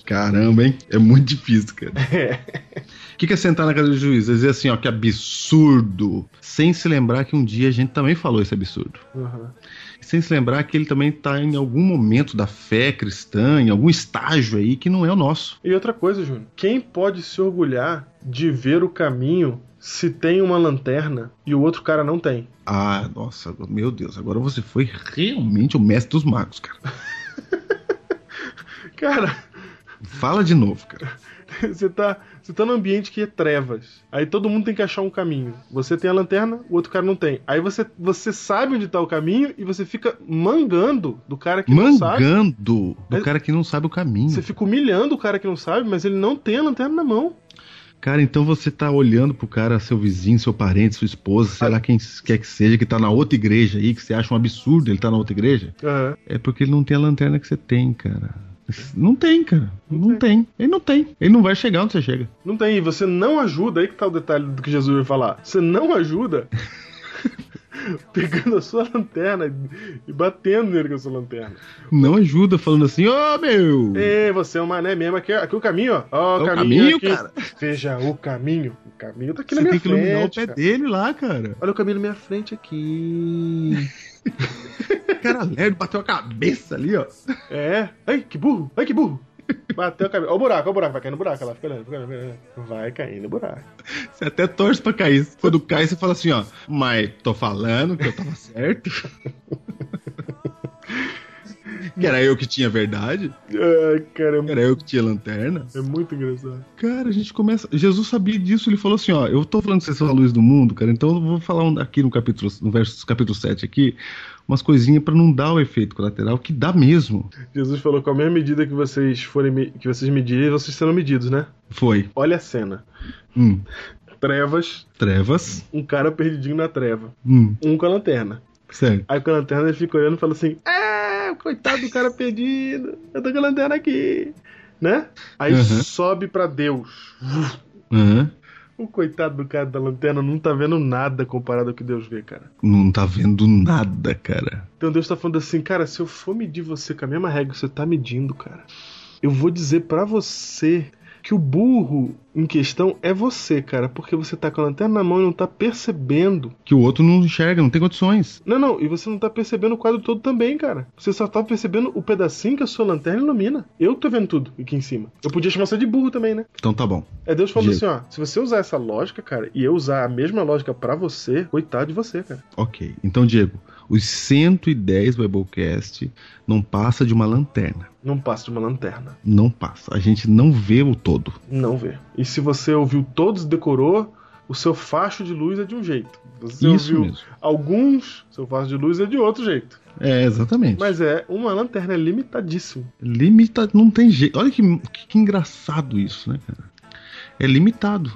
[SPEAKER 3] Caramba, hein? É muito difícil, cara. O que, que é sentar na cadeira do juiz? É dizer assim, ó, que absurdo. Sem se lembrar que um dia a gente também falou esse absurdo.
[SPEAKER 2] Aham.
[SPEAKER 3] Sem se lembrar que ele também tá em algum momento da fé cristã, em algum estágio aí que não é o nosso.
[SPEAKER 2] E outra coisa, Júnior. Quem pode se orgulhar de ver o caminho se tem uma lanterna e o outro cara não tem?
[SPEAKER 3] Ah, nossa, meu Deus, agora você foi realmente o mestre dos magos, cara.
[SPEAKER 2] Cara,
[SPEAKER 3] Fala de novo, cara.
[SPEAKER 2] você tá, você tá num ambiente que é trevas. Aí todo mundo tem que achar um caminho. Você tem a lanterna, o outro cara não tem. Aí você, você sabe onde tá o caminho e você fica mangando do cara que não sabe.
[SPEAKER 3] Mangando do
[SPEAKER 2] Mas-
[SPEAKER 3] cara que não sabe o caminho.
[SPEAKER 2] Você fica humilhando o cara que não sabe, mas ele não tem a lanterna na mão.
[SPEAKER 3] Cara, então você tá olhando pro cara, seu vizinho, seu parente, sua esposa, sei lá quem quer que seja, que tá na outra igreja aí, que você acha um absurdo ele tá na outra igreja, é porque ele não tem a lanterna que você tem, cara. Não tem, cara. Não tem. Ele não tem. Ele não vai chegar onde você chega.
[SPEAKER 2] Não tem, e você não ajuda, aí que tá o detalhe do que Jesus vai falar. Você não ajuda pegando a sua lanterna e- e batendo nele com a sua lanterna.
[SPEAKER 3] Não ajuda falando assim, ô meu!
[SPEAKER 2] Ei, você é um mané mesmo, aqui, aqui o caminho, ó. Ó,
[SPEAKER 3] É o caminho,
[SPEAKER 2] aqui.
[SPEAKER 3] cara.
[SPEAKER 2] Veja o caminho. O caminho tá aqui
[SPEAKER 3] Você
[SPEAKER 2] na
[SPEAKER 3] tem
[SPEAKER 2] minha
[SPEAKER 3] que iluminar o
[SPEAKER 2] frente.
[SPEAKER 3] pé
[SPEAKER 2] cara.
[SPEAKER 3] dele lá, cara.
[SPEAKER 2] Olha o caminho na minha frente aqui.
[SPEAKER 3] cara lerdo bateu a cabeça ali, ó.
[SPEAKER 2] É. Ai, que burro. Ai, que burro. Bateu o caminho. Ó o buraco, ó o buraco. Vai cair no buraco. Olha lá, fica olhando, fica olhando, fica olhando. Vai cair no buraco.
[SPEAKER 3] Você até torce pra cair. Quando cai, você fala assim, ó, mas tô falando que eu tava certo. que era eu que tinha verdade,
[SPEAKER 2] Ai, caramba.
[SPEAKER 3] era eu que tinha lanterna.
[SPEAKER 2] É muito engraçado.
[SPEAKER 3] Cara, a gente começa. Jesus sabia disso, ele falou assim, ó, eu tô falando que vocês são a luz do mundo, cara, então eu vou falar um- aqui no capítulo, no verso capítulo 7 aqui, umas coisinhas pra não dar o efeito colateral, que dá mesmo.
[SPEAKER 2] Jesus falou: com a mesma medida que vocês forem me- que vocês medirem, vocês serão medidos, né?
[SPEAKER 3] Foi.
[SPEAKER 2] Olha a cena.
[SPEAKER 3] Hum,
[SPEAKER 2] Trevas,
[SPEAKER 3] trevas.
[SPEAKER 2] um cara perdidinho na treva.
[SPEAKER 3] Hum,
[SPEAKER 2] Um com a lanterna.
[SPEAKER 3] sério.
[SPEAKER 2] Aí com a lanterna ele fica olhando e fala assim: É, coitado do cara perdido. Eu tô com a lanterna aqui. Né? Aí
[SPEAKER 3] Uhum.
[SPEAKER 2] sobe pra Deus.
[SPEAKER 3] Aham.
[SPEAKER 2] O coitado do cara da lanterna não tá vendo nada comparado ao que Deus vê, cara.
[SPEAKER 3] Não tá vendo nada, cara.
[SPEAKER 2] Então Deus tá falando assim, cara, se eu for medir você com a mesma regra que você tá medindo, cara, eu vou dizer pra você que o burro em questão é você, cara, porque você tá com a lanterna na mão e não tá percebendo.
[SPEAKER 3] Que o outro não enxerga, não tem condições.
[SPEAKER 2] Não, não, e você não tá percebendo o quadro todo também, cara. Você só tá percebendo o pedacinho que a sua lanterna ilumina. Eu tô vendo tudo aqui em cima. Eu podia chamar você de burro também, né?
[SPEAKER 3] Então tá bom.
[SPEAKER 2] É Deus falando
[SPEAKER 3] Diego.
[SPEAKER 2] assim, ó, se você usar essa lógica, cara, e eu usar a mesma lógica pra você, coitado de você, cara.
[SPEAKER 3] Ok. Então, Diego, os 110 Biblecast não passa de uma lanterna.
[SPEAKER 2] Não passa de uma lanterna.
[SPEAKER 3] Não passa. A gente não vê o todo.
[SPEAKER 2] Não vê. E se você ouviu todos e decorou, o seu facho de luz é de um jeito. Você
[SPEAKER 3] Isso
[SPEAKER 2] ouviu
[SPEAKER 3] mesmo.
[SPEAKER 2] alguns, seu facho de luz é de outro jeito.
[SPEAKER 3] É, exatamente.
[SPEAKER 2] Mas é uma lanterna é limitadíssima.
[SPEAKER 3] Limita, não tem jeito. Olha que, que engraçado isso, né, cara? é limitado.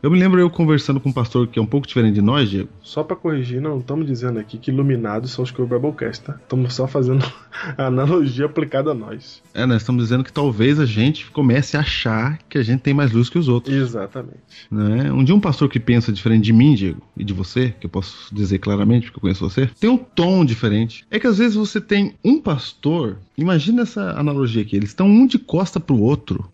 [SPEAKER 3] Eu me lembro eu conversando com um pastor que é um pouco diferente de nós, Diego.
[SPEAKER 2] Só pra corrigir, não estamos dizendo aqui que iluminados são os que ouvem o Biblecast, tá? Estamos só fazendo a analogia aplicada a nós.
[SPEAKER 3] É, nós estamos dizendo que talvez a gente comece a achar que a gente tem mais luz que os outros.
[SPEAKER 2] Exatamente.
[SPEAKER 3] né? Um dia um pastor que pensa diferente de mim, Diego, e de você, que eu posso dizer claramente porque eu conheço você, tem um tom diferente. É que às vezes você tem um pastor, imagina essa analogia aqui, eles estão um de costa pro outro.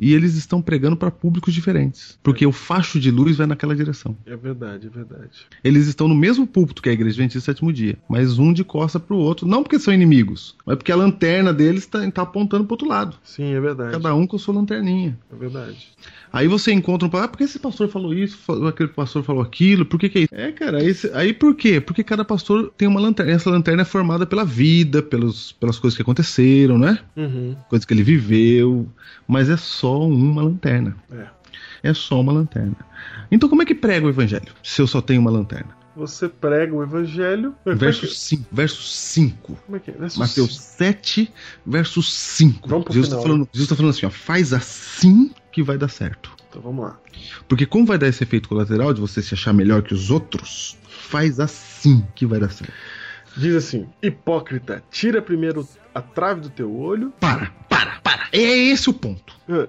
[SPEAKER 3] E eles estão pregando para públicos diferentes. Porque o facho de luz vai naquela direção.
[SPEAKER 2] É verdade, é verdade.
[SPEAKER 3] Eles estão no mesmo púlpito que a Igreja Adventista do Sétimo Dia, mas um de costa pro outro, não porque são inimigos, mas porque a lanterna deles tá, tá apontando pro outro lado.
[SPEAKER 2] Sim, é verdade.
[SPEAKER 3] Cada um com sua lanterninha.
[SPEAKER 2] É verdade.
[SPEAKER 3] Aí você encontra um, pa- ah, por que esse pastor falou isso, Fa- aquele pastor falou aquilo, por que que é isso? É, cara, aí, cê- aí por quê? Porque cada pastor tem uma lanterna, essa lanterna é formada pela vida, pelos, pelas coisas que aconteceram, né?
[SPEAKER 2] Uhum.
[SPEAKER 3] Coisas que ele viveu, mas é só uma lanterna.
[SPEAKER 2] É.
[SPEAKER 3] É só uma lanterna. Então como é que prega o evangelho, se eu só tenho uma lanterna?
[SPEAKER 2] Você prega o evangelho.
[SPEAKER 3] Verso 5, verso 5.
[SPEAKER 2] Como é que é? Verso
[SPEAKER 3] Mateus
[SPEAKER 2] cinco.
[SPEAKER 3] 7, verso 5.
[SPEAKER 2] Vamos pro
[SPEAKER 3] Jesus está
[SPEAKER 2] final. né?
[SPEAKER 3] falando, Jesus tá falando assim, ó, faz assim que vai dar certo.
[SPEAKER 2] Então vamos lá.
[SPEAKER 3] Porque como vai dar esse efeito colateral de você se achar melhor que os outros, faz assim que vai dar certo.
[SPEAKER 2] Diz assim: Hipócrita, tira primeiro a trave do teu olho.
[SPEAKER 3] Para, para, para. É esse o ponto.
[SPEAKER 2] Ah,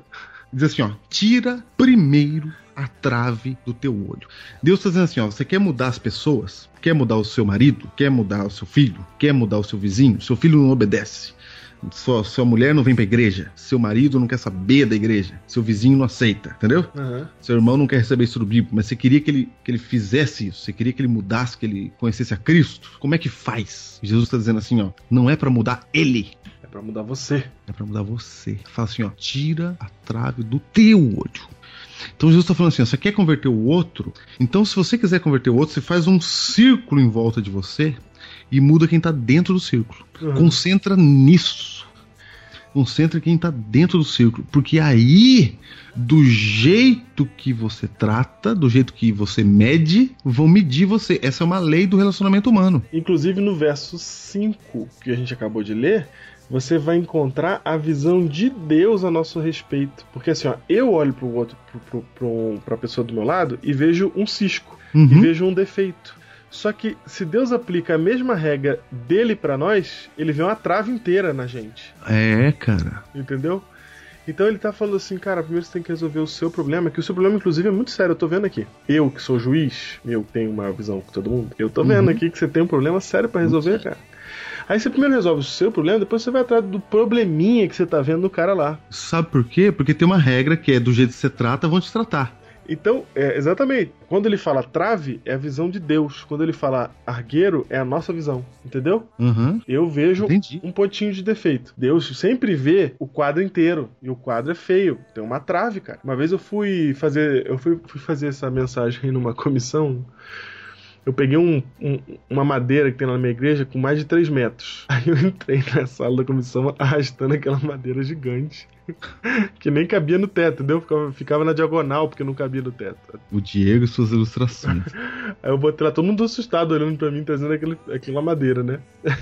[SPEAKER 3] Diz assim, ó, tira primeiro a trave do teu olho. Deus está dizendo assim, ó, você quer mudar as pessoas? Quer mudar o seu marido? Quer mudar o seu filho? Quer mudar o seu vizinho? Seu filho não obedece. Sua, sua mulher não vem pra igreja. Seu marido não quer saber da igreja. Seu vizinho não aceita, entendeu?
[SPEAKER 2] aham.
[SPEAKER 3] Seu irmão não quer receber isso do Bíblia, mas você queria que ele, que ele fizesse isso, você queria que ele mudasse, que ele conhecesse a Cristo. Como é que faz? Jesus está dizendo assim, ó, não é para mudar ele,
[SPEAKER 2] É pra mudar você.
[SPEAKER 3] é para mudar você. Fala assim, ó, tira a trave do teu olho. Então Jesus está falando assim, ó, você quer converter o outro? Então se você quiser converter o outro, você faz um círculo em volta de você e muda quem está dentro do círculo.
[SPEAKER 2] Uhum.
[SPEAKER 3] Concentra nisso. Concentra quem está dentro do círculo. Porque aí, do jeito que você trata, do jeito que você mede, vão medir você. Essa é uma lei do relacionamento humano.
[SPEAKER 2] Inclusive no verso 5 que a gente acabou de ler, você vai encontrar a visão de Deus a nosso respeito. Porque assim, ó, eu olho pro outro, pro, pro, pro, pra pessoa do meu lado e vejo um cisco. e
[SPEAKER 3] Uhum.
[SPEAKER 2] vejo um defeito. Só que se Deus aplica a mesma regra dele pra nós, ele vê uma trave inteira na gente,
[SPEAKER 3] É, cara.
[SPEAKER 2] entendeu? Então ele tá falando assim, cara, primeiro você tem que resolver o seu problema, que o seu problema inclusive é muito sério, eu tô vendo aqui. Eu que sou juiz, e eu tenho uma visão com todo mundo. Eu tô vendo
[SPEAKER 3] Uhum.
[SPEAKER 2] aqui que você tem um problema sério pra resolver, cara. Aí você primeiro resolve o seu problema, depois você vai atrás do probleminha que você tá vendo no cara lá.
[SPEAKER 3] Sabe por quê? Porque tem uma regra que é do jeito que você trata, vão te tratar.
[SPEAKER 2] Então, é, exatamente. Quando ele fala trave, é a visão de Deus. Quando ele fala argueiro, é a nossa visão. Entendeu?
[SPEAKER 3] Uhum.
[SPEAKER 2] Eu vejo
[SPEAKER 3] Entendi.
[SPEAKER 2] um pontinho de defeito. Deus sempre vê o quadro inteiro. E o quadro é feio. Tem uma trave, cara. Uma vez eu fui fazer. Eu fui, fui fazer essa mensagem aí numa comissão. Eu peguei um- um- uma madeira que tem lá na minha igreja com mais de 3 metros. Aí eu entrei na sala da comissão arrastando aquela madeira gigante. Que nem cabia no teto, entendeu? Ficava, ficava na diagonal porque não cabia no teto.
[SPEAKER 3] O Diego e suas ilustrações.
[SPEAKER 2] Aí eu botei lá, todo mundo assustado olhando pra mim, trazendo aquele, aquela madeira, né?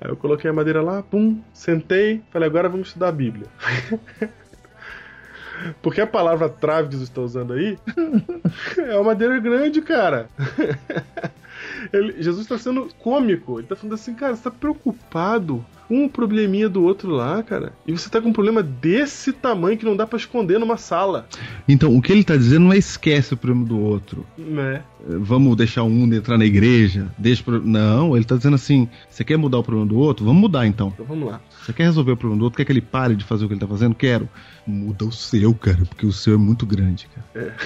[SPEAKER 2] Aí eu coloquei a madeira lá, pum, sentei, falei, agora vamos estudar a Bíblia. Porque a palavra trave que vocês estão usando aí é uma madeira grande, cara. Ele- Jesus está sendo cômico. Ele tá falando assim, cara, você tá preocupado com o probleminha do outro lá, cara. E você tá com um problema desse tamanho que não dá pra esconder numa sala.
[SPEAKER 3] Então, o que ele tá dizendo não é esquece o problema do outro.
[SPEAKER 2] Né?
[SPEAKER 3] Eh, Vamos deixar um entrar na igreja. Deixa pro... Não, ele tá dizendo assim: você quer mudar o problema do outro? Vamos mudar então.
[SPEAKER 2] Então vamos lá.
[SPEAKER 3] Você quer resolver o problema do outro? Quer que ele pare de fazer o que ele tá fazendo? Quero. Muda o seu, cara, porque o seu é muito grande, cara.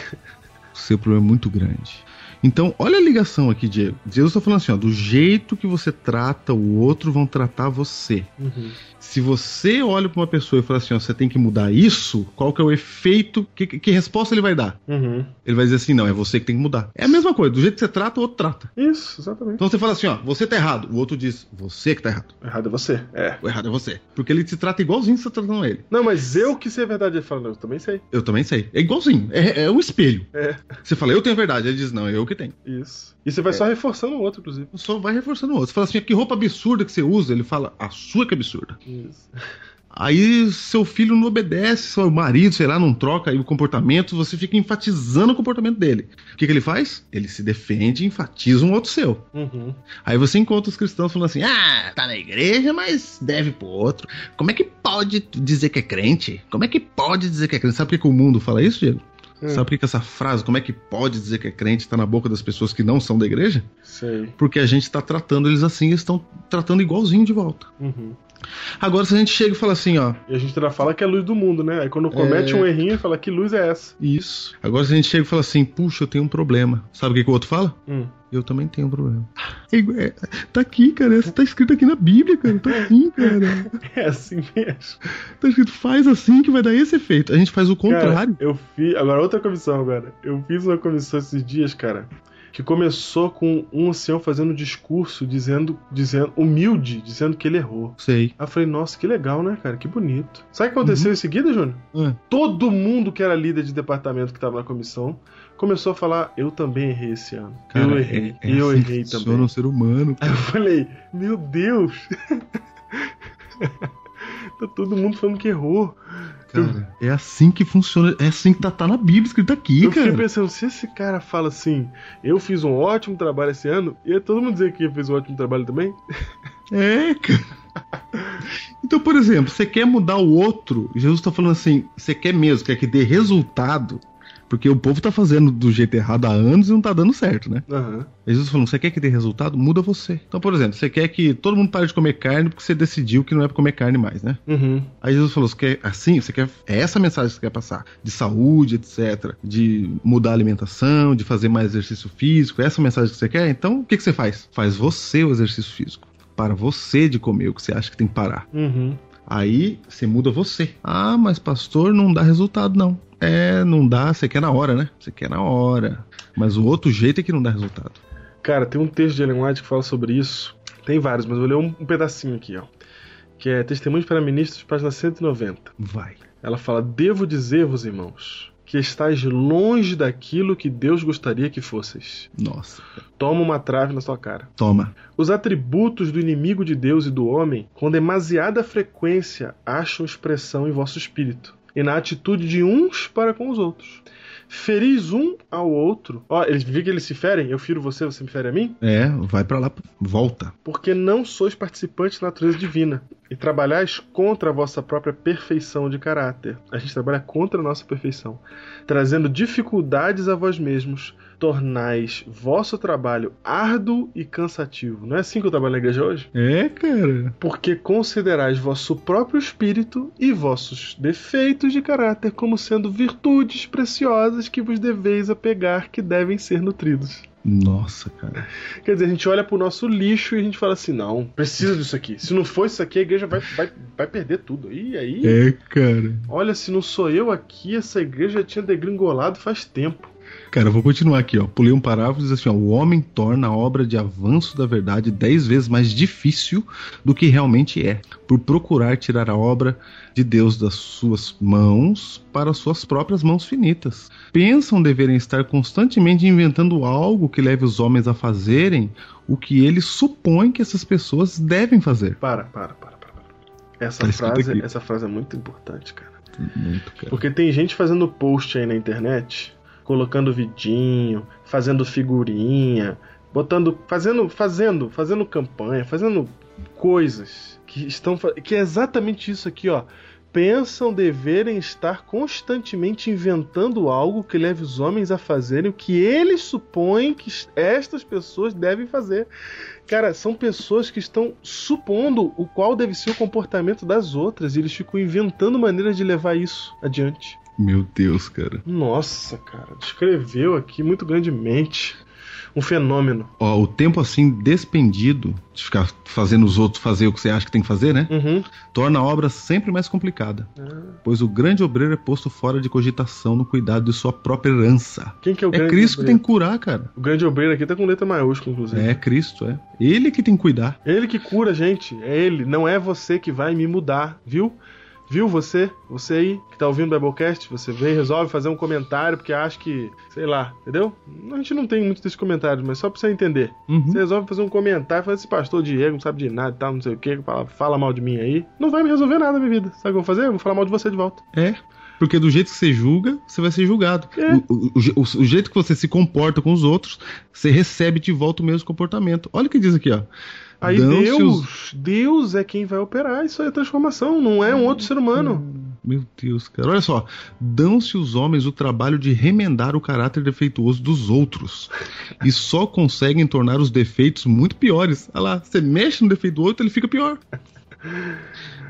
[SPEAKER 3] O seu problema é muito grande. Então, olha a ligação aqui, Diego. Jesus tá falando assim: ó, do jeito que você trata o outro, vão tratar você.
[SPEAKER 2] Uhum.
[SPEAKER 3] Se você olha pra uma pessoa e fala assim, ó, você tem que mudar isso, qual que é o efeito, que, que- que resposta ele vai dar?
[SPEAKER 2] Uhum.
[SPEAKER 3] Ele vai dizer assim, não, é você que tem que mudar. É a mesma coisa, do jeito que você trata, o outro trata.
[SPEAKER 2] Isso, exatamente.
[SPEAKER 3] Então você fala assim, ó, você tá errado. O outro diz, você que tá errado.
[SPEAKER 2] Errado é você. É.
[SPEAKER 3] O errado é você. Porque ele te trata igualzinho que você tá tratando ele.
[SPEAKER 2] Não, mas eu que sei a verdade. Ele fala, não, eu também sei.
[SPEAKER 3] Eu também sei. É igualzinho, é, é um espelho.
[SPEAKER 2] É.
[SPEAKER 3] Você fala, eu tenho a verdade. Ele diz, não, é eu que tenho.
[SPEAKER 2] Isso. E você vai só reforçando o outro, inclusive.
[SPEAKER 3] Só vai reforçando o outro. Você fala assim, que roupa é absurda que você usa? Ele fala, a sua que é absurda.
[SPEAKER 2] Isso.
[SPEAKER 3] Aí seu filho não obedece, seu marido, sei lá, não troca aí o comportamento, você fica enfatizando o comportamento dele. O que, que ele faz? Ele se defende e enfatiza um outro seu.
[SPEAKER 2] Uhum.
[SPEAKER 3] Aí você encontra os cristãos falando assim: ah, tá na igreja, mas deve pro outro. Como é que pode dizer que é crente? Como é que pode dizer que é crente? Sabe por que, que o mundo fala isso, Diego?
[SPEAKER 2] Hum.
[SPEAKER 3] Sabe por que, que essa frase, como é que pode dizer que é crente, tá na boca das pessoas que não são da igreja?
[SPEAKER 2] Sei.
[SPEAKER 3] Porque a gente tá tratando eles assim, eles estão tratando igualzinho de volta.
[SPEAKER 2] Uhum.
[SPEAKER 3] Agora, se a gente chega e fala assim, ó,
[SPEAKER 2] E a gente ainda fala que é a luz do mundo, né? Aí quando comete um errinho, fala que luz é essa?
[SPEAKER 3] isso. Agora, se a gente chega e fala assim, puxa, eu tenho um problema. Sabe o que, que o outro fala?
[SPEAKER 2] Hum.
[SPEAKER 3] Eu também tenho um problema. É igual- é- tá aqui, cara. Tá escrito aqui na Bíblia, cara. Tá assim, cara.
[SPEAKER 2] É assim mesmo.
[SPEAKER 3] Tá escrito, faz assim que vai dar esse efeito. A gente faz o
[SPEAKER 2] Cara,
[SPEAKER 3] contrário.
[SPEAKER 2] eu fiz. Agora, outra comissão agora. Eu fiz uma comissão esses dias, cara. Que começou com um ancião fazendo discurso, dizendo, dizendo, humilde, dizendo que ele errou.
[SPEAKER 3] Sei.
[SPEAKER 2] Aí eu falei, nossa, que legal, né, cara? Que bonito. Sabe o que aconteceu em seguida, Júnior?
[SPEAKER 3] Ah.
[SPEAKER 2] Todo mundo que era líder de departamento que tava na comissão começou a falar, eu também errei esse ano.
[SPEAKER 3] Cara,
[SPEAKER 2] eu errei.
[SPEAKER 3] é- é
[SPEAKER 2] eu
[SPEAKER 3] assim que
[SPEAKER 2] errei
[SPEAKER 3] funciona
[SPEAKER 2] também.
[SPEAKER 3] o ser humano.
[SPEAKER 2] Aí eu falei, meu Deus! tá todo mundo falando que errou.
[SPEAKER 3] Cara, é assim que funciona. É assim que tá, tá na Bíblia escrito aqui,
[SPEAKER 2] eu fiquei
[SPEAKER 3] cara.
[SPEAKER 2] pensando, se esse cara fala assim, eu fiz um ótimo trabalho esse ano, ia todo mundo dizer que eu fiz um ótimo trabalho também?
[SPEAKER 3] É, cara. Então, por exemplo, você quer mudar o outro. Jesus tá falando assim: você quer mesmo, quer que dê resultado. Porque o povo tá fazendo do jeito errado há anos e não tá dando certo, né?
[SPEAKER 2] Aham.
[SPEAKER 3] Jesus falando, você quer que dê resultado? Muda você. Então, por exemplo, você quer que todo mundo pare de comer carne porque você decidiu que não é pra comer carne mais, né?
[SPEAKER 2] Uhum.
[SPEAKER 3] Aí Jesus falou, você quer assim? Você quer é essa a mensagem que você quer passar? De saúde, etc. De mudar a alimentação, de fazer mais exercício físico. Essa é a mensagem que você quer? Então, o que, que você faz? Faz você o exercício físico. Para você de comer o que você acha que tem que parar.
[SPEAKER 2] Uhum.
[SPEAKER 3] Aí você muda você. Ah, mas pastor, não dá resultado, não. É, não dá, você quer na hora, né? Você quer na hora. Mas o outro jeito é que não dá resultado.
[SPEAKER 2] Cara, tem um texto de Ellen White que fala sobre isso. Tem vários, mas eu vou ler um, um pedacinho aqui, ó. Que é Testemunhos para Ministros, página 190.
[SPEAKER 3] Vai.
[SPEAKER 2] Ela fala: Devo dizer-vos, irmãos, que estáis longe daquilo que Deus gostaria que fosseis.
[SPEAKER 3] Nossa.
[SPEAKER 2] Toma uma trave na sua cara.
[SPEAKER 3] Toma.
[SPEAKER 2] Os atributos do inimigo de Deus e do homem, com demasiada frequência, acham expressão em vosso espírito e na atitude de uns para com os outros. Feris um ao outro. Ó, eles viram que eles se ferem? Eu firo você, você me fere a mim?
[SPEAKER 3] É, vai pra lá, volta.
[SPEAKER 2] porque não sois participantes da natureza divina, e trabalhais contra a vossa própria perfeição de caráter. A gente trabalha contra a nossa perfeição, trazendo dificuldades a vós mesmos, tornais vosso trabalho árduo e cansativo. Não é assim que eu trabalho na igreja hoje?
[SPEAKER 3] É, cara.
[SPEAKER 2] Porque considerais vosso próprio espírito e vossos defeitos de caráter como sendo virtudes preciosas que vos deveis apegar, que devem ser nutridos.
[SPEAKER 3] Nossa, cara.
[SPEAKER 2] Quer dizer, a gente olha pro nosso lixo e a gente fala assim: não, precisa disso aqui. Se não for isso aqui, a igreja vai, vai, vai perder tudo. E aí,
[SPEAKER 3] É, cara.
[SPEAKER 2] olha, se não sou eu aqui, essa igreja tinha degringolado faz tempo.
[SPEAKER 3] Cara, eu vou continuar aqui, ó. Pulei um parágrafo e diz assim, ó. O homem torna a obra de avanço da verdade dez vezes mais difícil do que realmente é, por procurar tirar a obra de Deus das suas mãos para suas próprias mãos finitas. Pensam deverem estar constantemente inventando algo que leve os homens a fazerem o que eles supõem que essas pessoas devem fazer.
[SPEAKER 2] Para, para, para, para. para. Essa,
[SPEAKER 3] Tá escrito
[SPEAKER 2] frase,
[SPEAKER 3] aqui.
[SPEAKER 2] essa frase é muito importante, cara.
[SPEAKER 3] Muito, cara.
[SPEAKER 2] Porque tem gente fazendo post aí na internet, colocando vidinho, fazendo figurinha, botando. fazendo. fazendo, fazendo campanha, fazendo coisas que estão fa- que é exatamente isso aqui, ó. Pensam deverem estar constantemente inventando algo que leve os homens a fazerem o que eles supõem que es- estas pessoas devem fazer. Cara, são pessoas que estão supondo o qual deve ser o comportamento das outras e eles ficam inventando maneiras de levar isso adiante.
[SPEAKER 3] Meu Deus, cara.
[SPEAKER 2] Nossa, cara, descreveu aqui muito grandemente um fenômeno.
[SPEAKER 3] Ó, o tempo assim despendido de ficar fazendo os outros fazer o que você acha que tem que fazer, né?
[SPEAKER 2] Uhum.
[SPEAKER 3] Torna a obra sempre mais complicada,
[SPEAKER 2] Ah.
[SPEAKER 3] pois o grande obreiro é posto fora de cogitação no cuidado de sua própria herança.
[SPEAKER 2] Quem que é o
[SPEAKER 3] É
[SPEAKER 2] grande
[SPEAKER 3] Cristo que tem
[SPEAKER 2] obreiro?
[SPEAKER 3] que curar, cara.
[SPEAKER 2] O grande obreiro aqui tá com letra maiúscula, inclusive.
[SPEAKER 3] É Cristo, é. Ele que tem que cuidar.
[SPEAKER 2] Ele que cura a gente, é ele, não é você que vai me mudar, viu? Viu você? Você aí que tá ouvindo o Biblecast, você vem e resolve fazer um comentário porque acha que, sei lá, entendeu? A gente não tem muitos desses comentários, mas só pra você entender.
[SPEAKER 3] Uhum.
[SPEAKER 2] Você resolve fazer um comentário, fala esse pastor Diego não sabe de nada e tal, não sei o que, fala, fala mal de mim aí. Não vai me resolver nada, minha vida. Sabe o que eu vou fazer? Eu vou falar mal de você de volta.
[SPEAKER 3] É. Porque do jeito que você julga, você vai ser julgado.
[SPEAKER 2] É.
[SPEAKER 3] O, o- o je- o- o jeito que você se comporta com os outros, você recebe de volta o mesmo comportamento. Olha o que diz aqui, ó.
[SPEAKER 2] Aí
[SPEAKER 3] Dão-se os-
[SPEAKER 2] Deus, Deus é quem vai operar, isso aí é transformação, não é um outro ser humano.
[SPEAKER 3] Meu Deus, cara. Olha só. Dão-se os homens o trabalho de remendar o caráter defeituoso dos outros. E só conseguem tornar os defeitos muito piores. Olha lá, você mexe no defeito do outro, ele fica pior.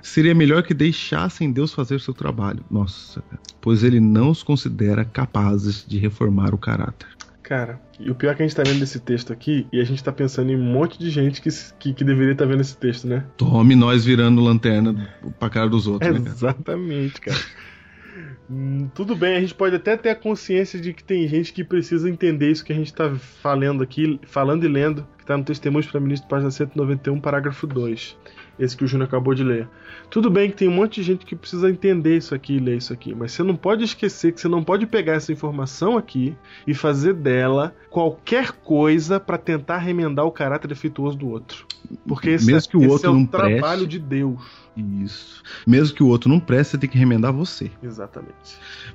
[SPEAKER 3] Seria melhor que deixassem Deus fazer seu trabalho. Nossa, cara. Pois ele não os considera capazes de reformar o caráter.
[SPEAKER 2] Cara, e o pior é que a gente tá vendo esse texto aqui e a gente tá pensando em um monte de gente que, s- que, que deveria estar vendo esse texto, né?
[SPEAKER 3] Tome nós virando lanterna pra cara dos outros,
[SPEAKER 2] É.
[SPEAKER 3] né, cara?
[SPEAKER 2] Exatamente, cara. Hum, Tudo bem, a gente pode até ter a consciência de que tem gente que precisa entender isso que a gente tá falando aqui, falando e lendo, que tá no Testemunhos para Ministro, página 191, parágrafo 2. Esse que o Júnior acabou de ler. Tudo bem que tem um monte de gente que precisa entender isso aqui e ler isso aqui, mas você não pode esquecer que você não pode pegar essa informação aqui e fazer dela qualquer coisa pra tentar remendar o caráter defeituoso do outro. Porque esse,
[SPEAKER 3] Mesmo que o
[SPEAKER 2] esse
[SPEAKER 3] outro
[SPEAKER 2] é o
[SPEAKER 3] não preste.
[SPEAKER 2] trabalho de Deus.
[SPEAKER 3] Isso. Mesmo que o outro não preste, você tem que remendar você.
[SPEAKER 2] Exatamente.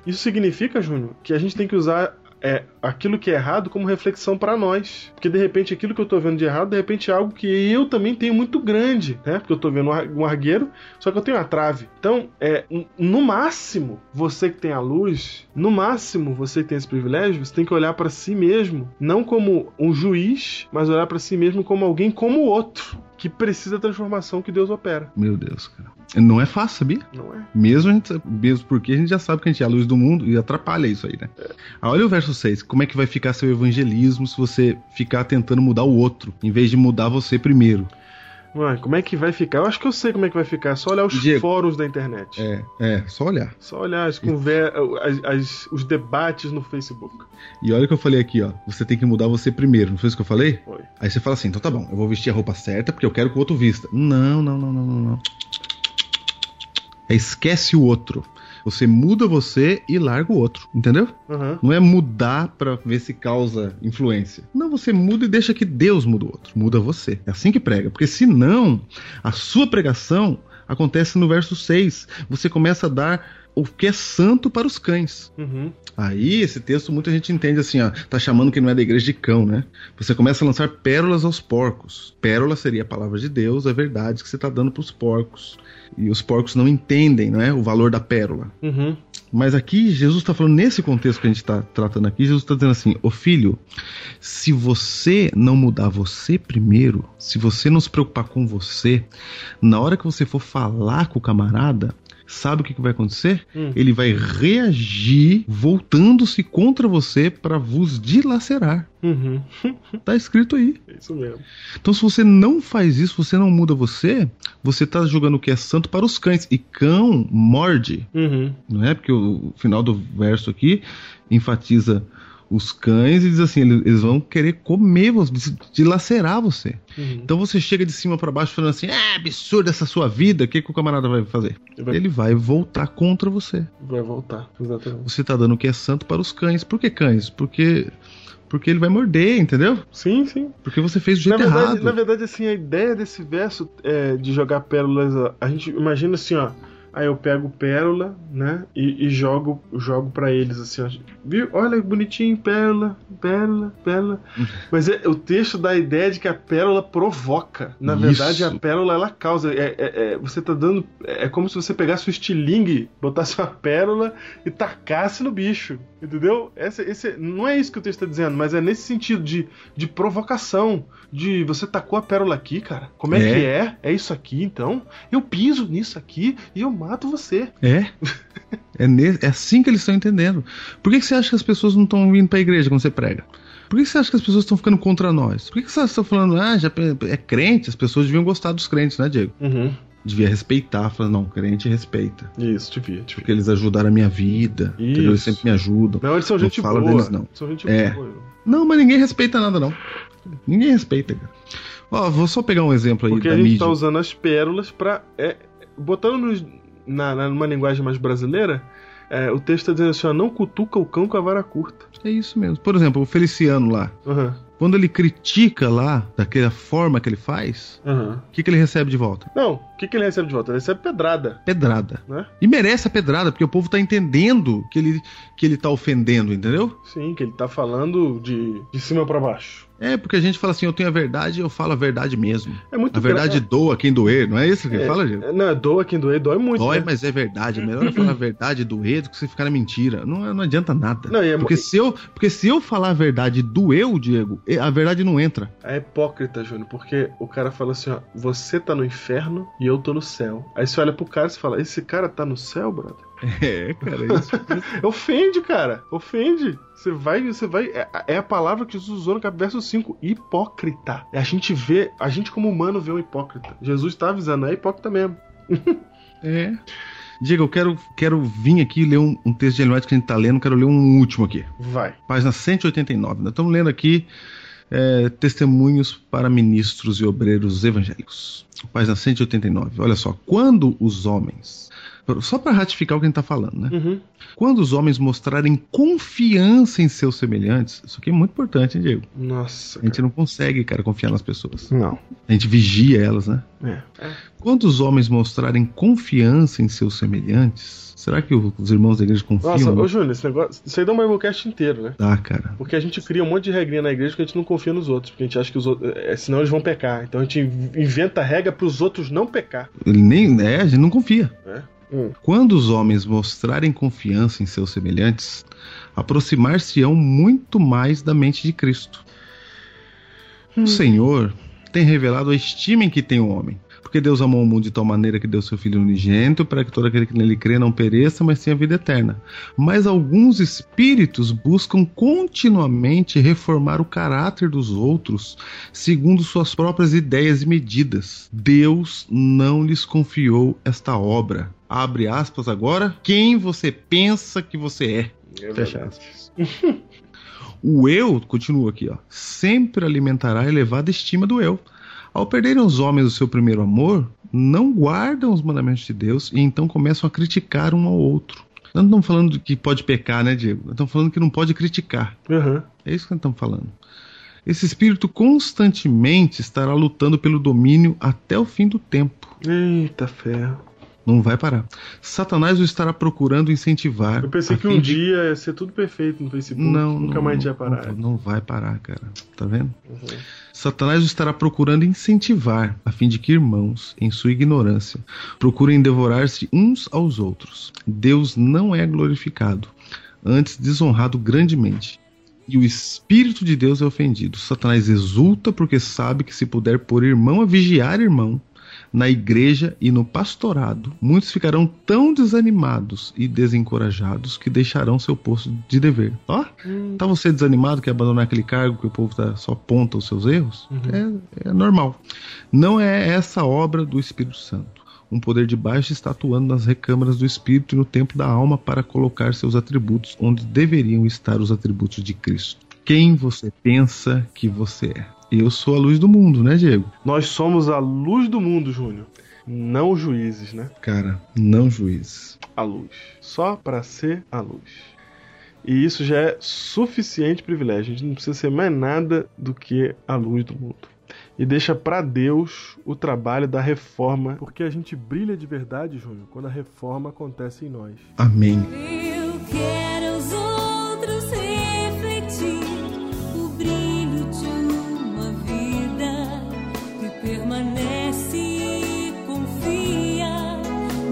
[SPEAKER 2] Isso significa, Júnior, que a gente tem que usar é, aquilo que é errado como reflexão pra nós. Porque de repente aquilo que eu tô vendo de errado, de repente é algo que eu também tenho muito grande, né? Porque eu tô vendo um ar- um argueiro, só que eu tenho a trave. Então, é, n- no máximo, você que tem a luz, no máximo você que tem esse privilégio, você tem que olhar pra si mesmo, não como um juiz, mas olhar pra si mesmo como alguém como o outro, que precisa da transformação que Deus opera,
[SPEAKER 3] Meu Deus, cara. Não é fácil, sabia?
[SPEAKER 2] não é?
[SPEAKER 3] Mesmo, a gente, mesmo porque a gente já sabe que a gente é a luz do mundo e atrapalha isso aí, né? Ah, Olha o verso 6. Como é que vai ficar seu evangelismo se você ficar tentando mudar o outro, em vez de mudar você primeiro?
[SPEAKER 2] Ué, como é que vai ficar? Eu acho que eu sei como é que vai ficar. É só olhar os
[SPEAKER 3] Diego.
[SPEAKER 2] fóruns da internet.
[SPEAKER 3] É, é, só olhar.
[SPEAKER 2] Só olhar as conver... as- as- os debates no Facebook.
[SPEAKER 3] E olha o que eu falei aqui, ó. Você tem que mudar você primeiro, não foi isso que eu falei?
[SPEAKER 2] Foi.
[SPEAKER 3] Aí você fala assim, então tá bom, eu vou vestir a roupa certa porque eu quero que o outro vista. Não, não, não, não, não, não. É, esquece o outro. Você muda você e larga o outro, entendeu?
[SPEAKER 2] Aham.
[SPEAKER 3] Não é mudar pra ver se causa influência. Não, você muda e deixa que Deus muda o outro. Muda você. É assim que prega. Porque senão, a sua pregação acontece no verso 6. Você começa a dar o que é santo para os cães.
[SPEAKER 2] Uhum.
[SPEAKER 3] Aí, esse texto muita gente entende assim, ó. Tá chamando quem não é da igreja de cão, né? Você começa a lançar pérolas aos porcos. Pérola seria a palavra de Deus, a verdade que você tá dando pros porcos. E os porcos não entendem, né? O valor da pérola.
[SPEAKER 2] Uhum.
[SPEAKER 3] Mas aqui, Jesus está falando, nesse contexto que a gente está tratando aqui, Jesus está dizendo assim: Ô filho, se você não mudar você primeiro, se você não se preocupar com você, na hora que você for falar com o camarada, sabe o que, que vai acontecer?
[SPEAKER 2] Hum.
[SPEAKER 3] Ele vai reagir voltando-se contra você para vos dilacerar.
[SPEAKER 2] Uhum.
[SPEAKER 3] Tá escrito aí.
[SPEAKER 2] É isso mesmo.
[SPEAKER 3] Então, se você não faz isso, você não muda você, você tá jogando o que é santo para os cães. E cão morde
[SPEAKER 2] Uhum.
[SPEAKER 3] não é? Porque o final do verso aqui enfatiza os cães e diz assim, eles eles vão querer comer você, dilacerar você.
[SPEAKER 2] Uhum.
[SPEAKER 3] Então você chega de cima pra baixo falando assim, ah, absurdo essa sua vida, o que, que o camarada vai fazer?
[SPEAKER 2] Vai-
[SPEAKER 3] Ele vai voltar contra você.
[SPEAKER 2] Vai voltar. Exatamente.
[SPEAKER 3] Você tá dando o que é santo para os cães. Por que cães? Porque porque ele vai morder, entendeu?
[SPEAKER 2] Sim, sim.
[SPEAKER 3] Porque você fez do
[SPEAKER 2] Na
[SPEAKER 3] jeito
[SPEAKER 2] verdade,
[SPEAKER 3] errado.
[SPEAKER 2] na verdade, assim, a ideia desse verso é, de jogar pérolas, ó, a gente imagina assim, ó. Aí eu pego pérola, né? E, e jogo, jogo para eles assim, ó. Viu? Olha que bonitinho, pérola, pérola, pérola. Mas é- o texto dá a ideia de que a pérola provoca. Na
[SPEAKER 3] Isso.
[SPEAKER 2] verdade, a pérola ela causa. É, é- é- você tá dando. É é como se você pegasse o estilingue, botasse uma pérola e tacasse no bicho. Entendeu? Essa, esse, não é isso que o texto tá dizendo, mas é nesse sentido de, de provocação. De você tacou a pérola aqui, cara. Como é,
[SPEAKER 3] É.
[SPEAKER 2] que é? É isso aqui, então? Eu piso nisso aqui e eu mato você.
[SPEAKER 3] É. É, ne- é assim que eles estão entendendo. Por que, que você acha que as pessoas não estão vindo pra igreja quando você prega? Por que, que você acha que as pessoas estão ficando contra nós? Por que, que você está falando, ah, já pe- é crente? As pessoas deviam gostar dos crentes, né, Diego?
[SPEAKER 2] Uhum.
[SPEAKER 3] Devia respeitar, falar, não, crente respeita.
[SPEAKER 2] Isso, devia, devia.
[SPEAKER 3] Porque eles ajudaram a minha vida,
[SPEAKER 2] Isso.
[SPEAKER 3] entendeu? eles sempre me ajudam.
[SPEAKER 2] Não, eles são
[SPEAKER 3] Não
[SPEAKER 2] gente
[SPEAKER 3] fala
[SPEAKER 2] boa.
[SPEAKER 3] deles, não.
[SPEAKER 2] São gente
[SPEAKER 3] É.
[SPEAKER 2] boa.
[SPEAKER 3] Não, mas ninguém respeita nada, não. Ninguém respeita, cara. Ó, vou só pegar um exemplo aí
[SPEAKER 2] Porque
[SPEAKER 3] da
[SPEAKER 2] a gente
[SPEAKER 3] mídia.
[SPEAKER 2] tá usando as pérolas pra. É, botando nos, na, na- numa linguagem mais brasileira, é, o texto tá dizendo assim, ó, não cutuca o cão com a vara curta.
[SPEAKER 3] É isso mesmo. Por exemplo, o Feliciano lá.
[SPEAKER 2] Aham,
[SPEAKER 3] Quando ele critica lá, daquela forma que ele faz,
[SPEAKER 2] aham.
[SPEAKER 3] o que, que ele recebe de volta?
[SPEAKER 2] Não, o que, que ele recebe de volta? Ele recebe pedrada,
[SPEAKER 3] Pedrada.
[SPEAKER 2] né?
[SPEAKER 3] E merece a pedrada, porque o povo tá entendendo que ele, que ele tá ofendendo, entendeu?
[SPEAKER 2] Sim, que ele tá falando de, de cima pra baixo.
[SPEAKER 3] É, porque a gente fala assim, eu tenho a verdade, eu falo a verdade mesmo.
[SPEAKER 2] É muito
[SPEAKER 3] A verdade
[SPEAKER 2] gra-
[SPEAKER 3] doa quem doer, não é isso que
[SPEAKER 2] é,
[SPEAKER 3] fala, gente?
[SPEAKER 2] é, Não, é doa quem doer, dói muito.
[SPEAKER 3] Dói,
[SPEAKER 2] né?
[SPEAKER 3] mas é verdade. É melhor eu falar a verdade e doer do que você ficar na mentira. Não, é- não adianta nada.
[SPEAKER 2] Não, e é mo-
[SPEAKER 3] porque, se eu, porque se eu falar a verdade e doeu, Diego, eh, a verdade não entra.
[SPEAKER 2] É hipócrita, Júnior, porque o cara fala assim, ó, você tá no inferno e eu tô no céu. Aí você olha pro cara e você fala, esse cara tá no céu, brother?
[SPEAKER 3] É, cara, é isso.
[SPEAKER 2] Ofende, cara, ofende. Você vai, você vai, é, é a palavra que Jesus usou no cap- verso 5, hipócrita. É a gente vê, a gente como humano vê um hipócrita. Jesus tá avisando, é hipócrita mesmo.
[SPEAKER 3] É. Diego, eu quero, quero vir aqui ler um, um texto de Ellen White que a gente tá lendo, quero ler um último aqui.
[SPEAKER 2] Vai.
[SPEAKER 3] Página 189. Nós estamos lendo aqui é, Testemunhos para Ministros e Obreiros Evangélicos. Página 189. Olha só. Quando os homens. Só para ratificar o que a gente tá falando, né?
[SPEAKER 2] Uhum.
[SPEAKER 3] Quando os homens mostrarem confiança em seus semelhantes, isso aqui é muito importante, hein, Diego?
[SPEAKER 2] Nossa,
[SPEAKER 3] A gente não consegue, cara, confiar nas pessoas.
[SPEAKER 2] Não.
[SPEAKER 3] A gente vigia elas, né?
[SPEAKER 2] É.
[SPEAKER 3] Quando os homens mostrarem confiança em seus semelhantes, será que os irmãos da igreja confiam?
[SPEAKER 2] Nossa,
[SPEAKER 3] no-
[SPEAKER 2] ô Júnior, esse negócio, isso aí dá um Biblecast inteiro, né?
[SPEAKER 3] Dá, cara.
[SPEAKER 2] Porque a gente cria um monte de regrinha na igreja que a gente não confia nos outros, porque a gente acha que os outros. é, senão eles vão pecar. Então a gente inventa regra pros outros não pecar.
[SPEAKER 3] Ele nem, é, a gente não confia.
[SPEAKER 2] né?
[SPEAKER 3] Quando os homens mostrarem confiança em seus semelhantes, aproximar-se-ão muito mais da mente de Cristo. O Senhor tem revelado a estima em que tem o homem. Porque Deus amou o mundo de tal maneira que deu seu Filho unigênito para que todo aquele que nele crê não pereça, mas tenha vida eterna. Mas alguns espíritos buscam continuamente reformar o caráter dos outros segundo suas próprias ideias e medidas. Deus não lhes confiou esta obra. Abre aspas agora. Quem você pensa que você é?
[SPEAKER 2] É
[SPEAKER 3] Fecha
[SPEAKER 2] verdade.
[SPEAKER 3] aspas. O eu, continua aqui, ó, sempre alimentará a elevada estima do eu. Ao perderem os homens o seu primeiro amor, não guardam os mandamentos de Deus e então começam a criticar um ao outro. Nós não estamos falando de que pode pecar, né, Diego? Nós estamos falando que não pode criticar.
[SPEAKER 2] Aham.
[SPEAKER 3] É isso que nós estamos falando. Esse espírito constantemente estará lutando pelo domínio até o fim do tempo.
[SPEAKER 2] Eita ferro.
[SPEAKER 3] Não vai parar. Satanás o estará procurando incentivar.
[SPEAKER 2] Eu pensei
[SPEAKER 3] a
[SPEAKER 2] que um
[SPEAKER 3] fim de
[SPEAKER 2] dia ia ser tudo perfeito no Facebook.
[SPEAKER 3] não,
[SPEAKER 2] nunca
[SPEAKER 3] não,
[SPEAKER 2] mais a gente
[SPEAKER 3] não,
[SPEAKER 2] ia parar.
[SPEAKER 3] Não, não vai parar, cara. Tá vendo?
[SPEAKER 2] Uhum.
[SPEAKER 3] Satanás o estará procurando incentivar, a fim de que irmãos, em sua ignorância, procurem devorar-se uns aos outros. Deus não é glorificado, antes desonrado grandemente. E o Espírito de Deus é ofendido. Satanás exulta porque sabe que se puder pôr irmão a vigiar irmão, na igreja e no pastorado, muitos ficarão tão desanimados e desencorajados que deixarão seu posto de dever. Ó, tá você desanimado que abandonar aquele cargo que o povo tá, só aponta os seus erros? É, é normal. Não é essa obra do Espírito Santo. Um poder de baixo está atuando nas recâmaras do espírito e no templo da alma para colocar seus atributos onde deveriam estar os atributos de Cristo. Quem você pensa que você é? Eu sou a luz do mundo, né, Diego?
[SPEAKER 2] Nós somos a luz do mundo, Júnior. Não os juízes, né?
[SPEAKER 3] Cara, não juízes.
[SPEAKER 2] A luz. Só pra ser a luz. E isso já é suficiente privilégio. A gente não precisa ser mais nada do que a luz do mundo. E deixa pra Deus o trabalho da reforma. Porque a gente brilha de verdade, Júnior, quando a reforma acontece em nós.
[SPEAKER 3] Amém.
[SPEAKER 6] Eu quero os outros refletir o brilho de uma vida que permanece e confia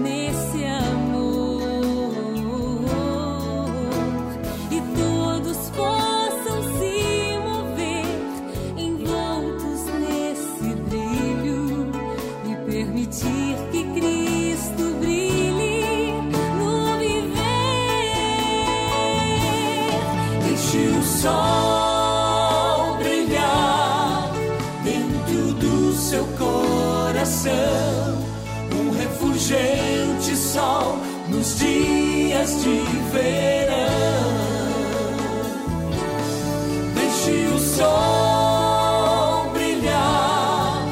[SPEAKER 6] nesse amor e todos possam se mover envoltos nesse brilho e permitir que Cristo brilhe no viver. Deixe o sol brilhar dentro do seu coração, um refulgente sol nos dias de verão. Deixe o sol brilhar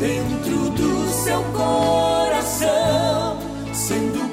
[SPEAKER 6] dentro do seu coração, sendo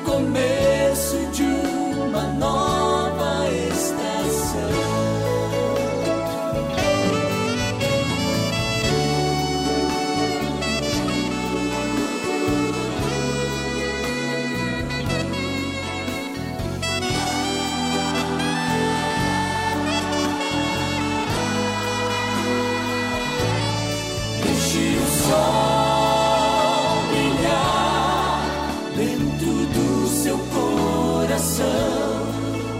[SPEAKER 6] coração,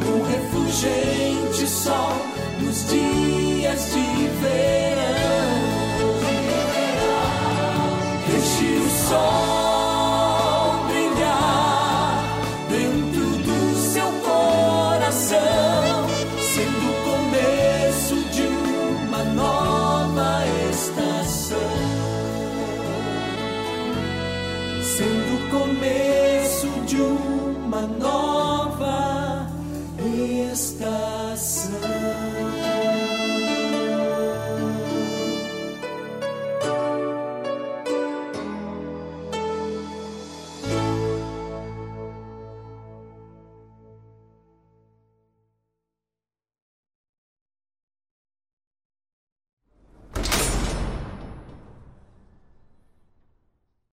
[SPEAKER 6] um refugente só nos dias de